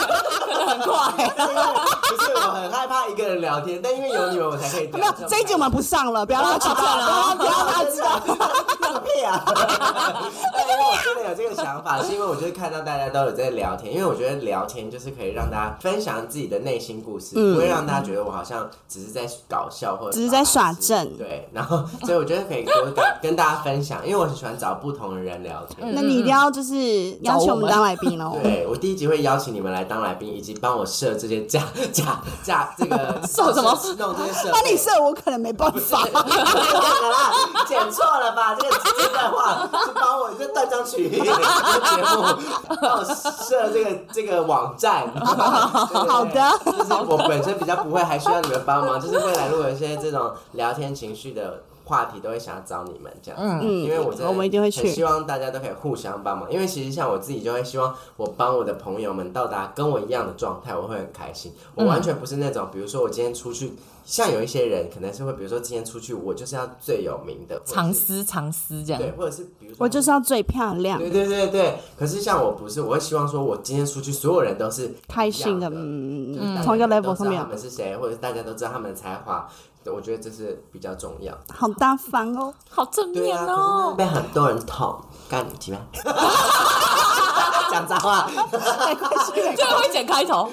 Speaker 2: 可能很快。
Speaker 3: 不是我很害怕一个人聊天，但因为有你们我才可以。
Speaker 1: 没有，这一集我们不上了，不要让他知道了， 不要让他知道。
Speaker 3: 道，放屁啊！但因为我真的有这个想法，是因为我就是看到大家都有在聊天，因为我觉得聊天就是可以让大家分享自己的内心故事，不会让大家觉得我好像只是在搞笑或者
Speaker 1: 嗯只是在耍正
Speaker 3: 对，然后所以我觉得可以多跟跟大家分享，因为我很喜欢找不同的人聊天。
Speaker 1: 那你一定要就是邀嗯请我们当来宾哦。
Speaker 3: 对，我第一集会邀请你们来当来宾，以及帮我设这些架架架这 个
Speaker 2: 设什么
Speaker 3: 弄这些设 备。
Speaker 1: 那你 设我可能没办
Speaker 3: 不
Speaker 1: 法
Speaker 3: 是。怎么啦？剪错了吧？这个是真的话，是帮我这断章取义这个节目，帮我设这个这个网站。 好
Speaker 1: 好的
Speaker 3: 就是 我本身比较不会，还需要你们帮忙。就是未来如果有一些这种聊天情绪的。话题都会想要找你们这样，嗯因为我真的
Speaker 1: 我们一定会去
Speaker 3: 很希望大家都可以互相帮忙。因为其实像我自己就会希望我帮我的朋友们到达跟我一样的状态，我会很开心。
Speaker 1: 嗯
Speaker 3: 我完全不是那种，比如说我今天出去，像有一些人可能是会，比如说今天出去，我就是要最有名的，或者 是
Speaker 2: 藏私藏私这样。
Speaker 3: 对，或者是比如说
Speaker 1: 我就是要最漂亮
Speaker 3: 对，对对对。可是像我不是，我会希望说我今天出去，所有人都是一样
Speaker 1: 开心的，
Speaker 3: 的，
Speaker 1: 嗯，
Speaker 3: 就是大家
Speaker 1: 同一个
Speaker 3: 都知道
Speaker 1: level 上面
Speaker 3: 他，们是谁，或者是大家都知道他们的才华，我觉得这是比较重要。
Speaker 1: 好大方 哦。
Speaker 2: 好正
Speaker 3: 对
Speaker 2: 面
Speaker 3: 啊，可是那
Speaker 2: 哦
Speaker 3: 会！被很多人捅，干你鸡巴！ 讲脏话，
Speaker 2: 这个会剪开 头，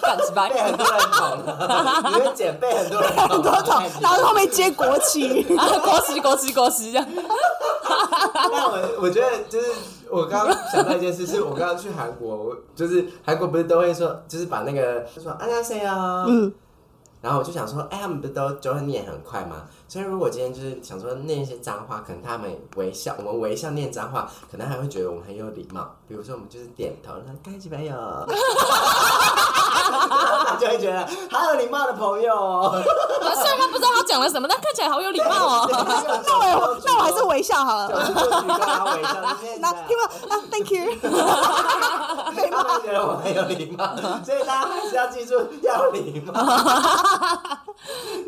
Speaker 2: 干起
Speaker 3: 被
Speaker 2: 白
Speaker 3: 很多人捅， 你会剪被很 多人捅，
Speaker 1: 多头，然后后面接国旗，
Speaker 2: 啊，国旗国旗国 旗这样。
Speaker 3: 那我我觉得就是我刚刚想到一件事，是我刚刚去韩国，我就是韩国不是都会说，就是把那个就说安家谁啊，嗯，然后我就想说，哎、他们不是都就会念很快吗？所以如果今天就是想说念一些脏话，可能他们微笑，我们微笑念脏话，可能 还会觉得我们很有礼貌。比如说我们就是点头，那开几朋友，就会觉得 好有礼貌的朋友 哦。
Speaker 2: 啊虽然他不知道他讲了什么，但看起来好有礼貌哦。
Speaker 3: 那
Speaker 1: 那我那我还是微笑好
Speaker 3: 我
Speaker 1: 了。
Speaker 3: 就去跟他微笑，就这样
Speaker 1: 那听到啊，Thank you。
Speaker 3: 他们觉得啊我很有礼貌，
Speaker 1: 嗯
Speaker 3: 所以大家还是要记住要礼 貌。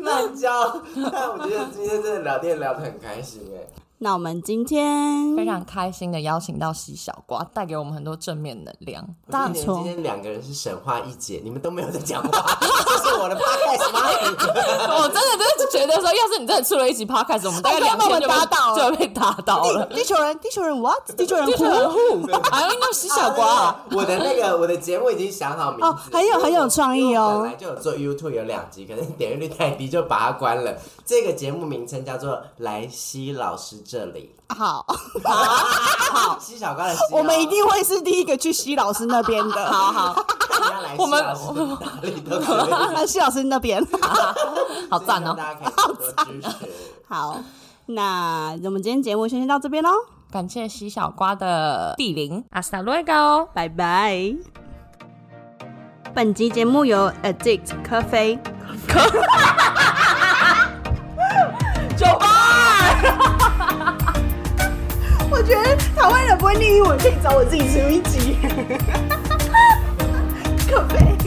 Speaker 3: 滥交，但我觉得今天真的聊天聊得很开心哎。
Speaker 6: 那我们今天
Speaker 2: 非常开心的邀请到西小瓜，带给我们很多正面能量。
Speaker 3: 我
Speaker 6: 然
Speaker 3: 觉得你
Speaker 6: 错
Speaker 3: 们今天两个人是神话一姐，你们都没有在 讲话，这是我的 podcast 吗？
Speaker 2: 我真的真的觉得说，要是你真的出了一集 podcast，我们大概两天就被
Speaker 1: 我们打倒了
Speaker 2: 就被打倒 了。
Speaker 1: 地球人，地球人 what？地球人
Speaker 2: 就是
Speaker 1: who？
Speaker 2: 很酷，还要用西小瓜、
Speaker 3: 啊我的那个我的节目已经想好名字
Speaker 1: 哦很有很有创意哦
Speaker 3: 因为我本来就有做 YouTube 有两集，可是点阅率太低就把它关了。这个节目名称叫做“莱西老师这里
Speaker 1: 好，”，
Speaker 3: 西小瓜的西哦，
Speaker 1: 我们一定会是第一个去西老师那边的。好好，
Speaker 3: 看人家来西老师哪里都可 以。
Speaker 1: 西老师那边。
Speaker 2: 好赞 哦！
Speaker 3: 大家可以多多支持。
Speaker 1: 好，那我们今天节目先先到这边喽，
Speaker 2: 感谢西小瓜的地灵，
Speaker 7: Hasta luego。
Speaker 1: 拜拜。
Speaker 6: 本集节目由 Addict 咖 啡
Speaker 1: 我觉得台 湾人不会念英文，可以找我自己出一集。可悲。啊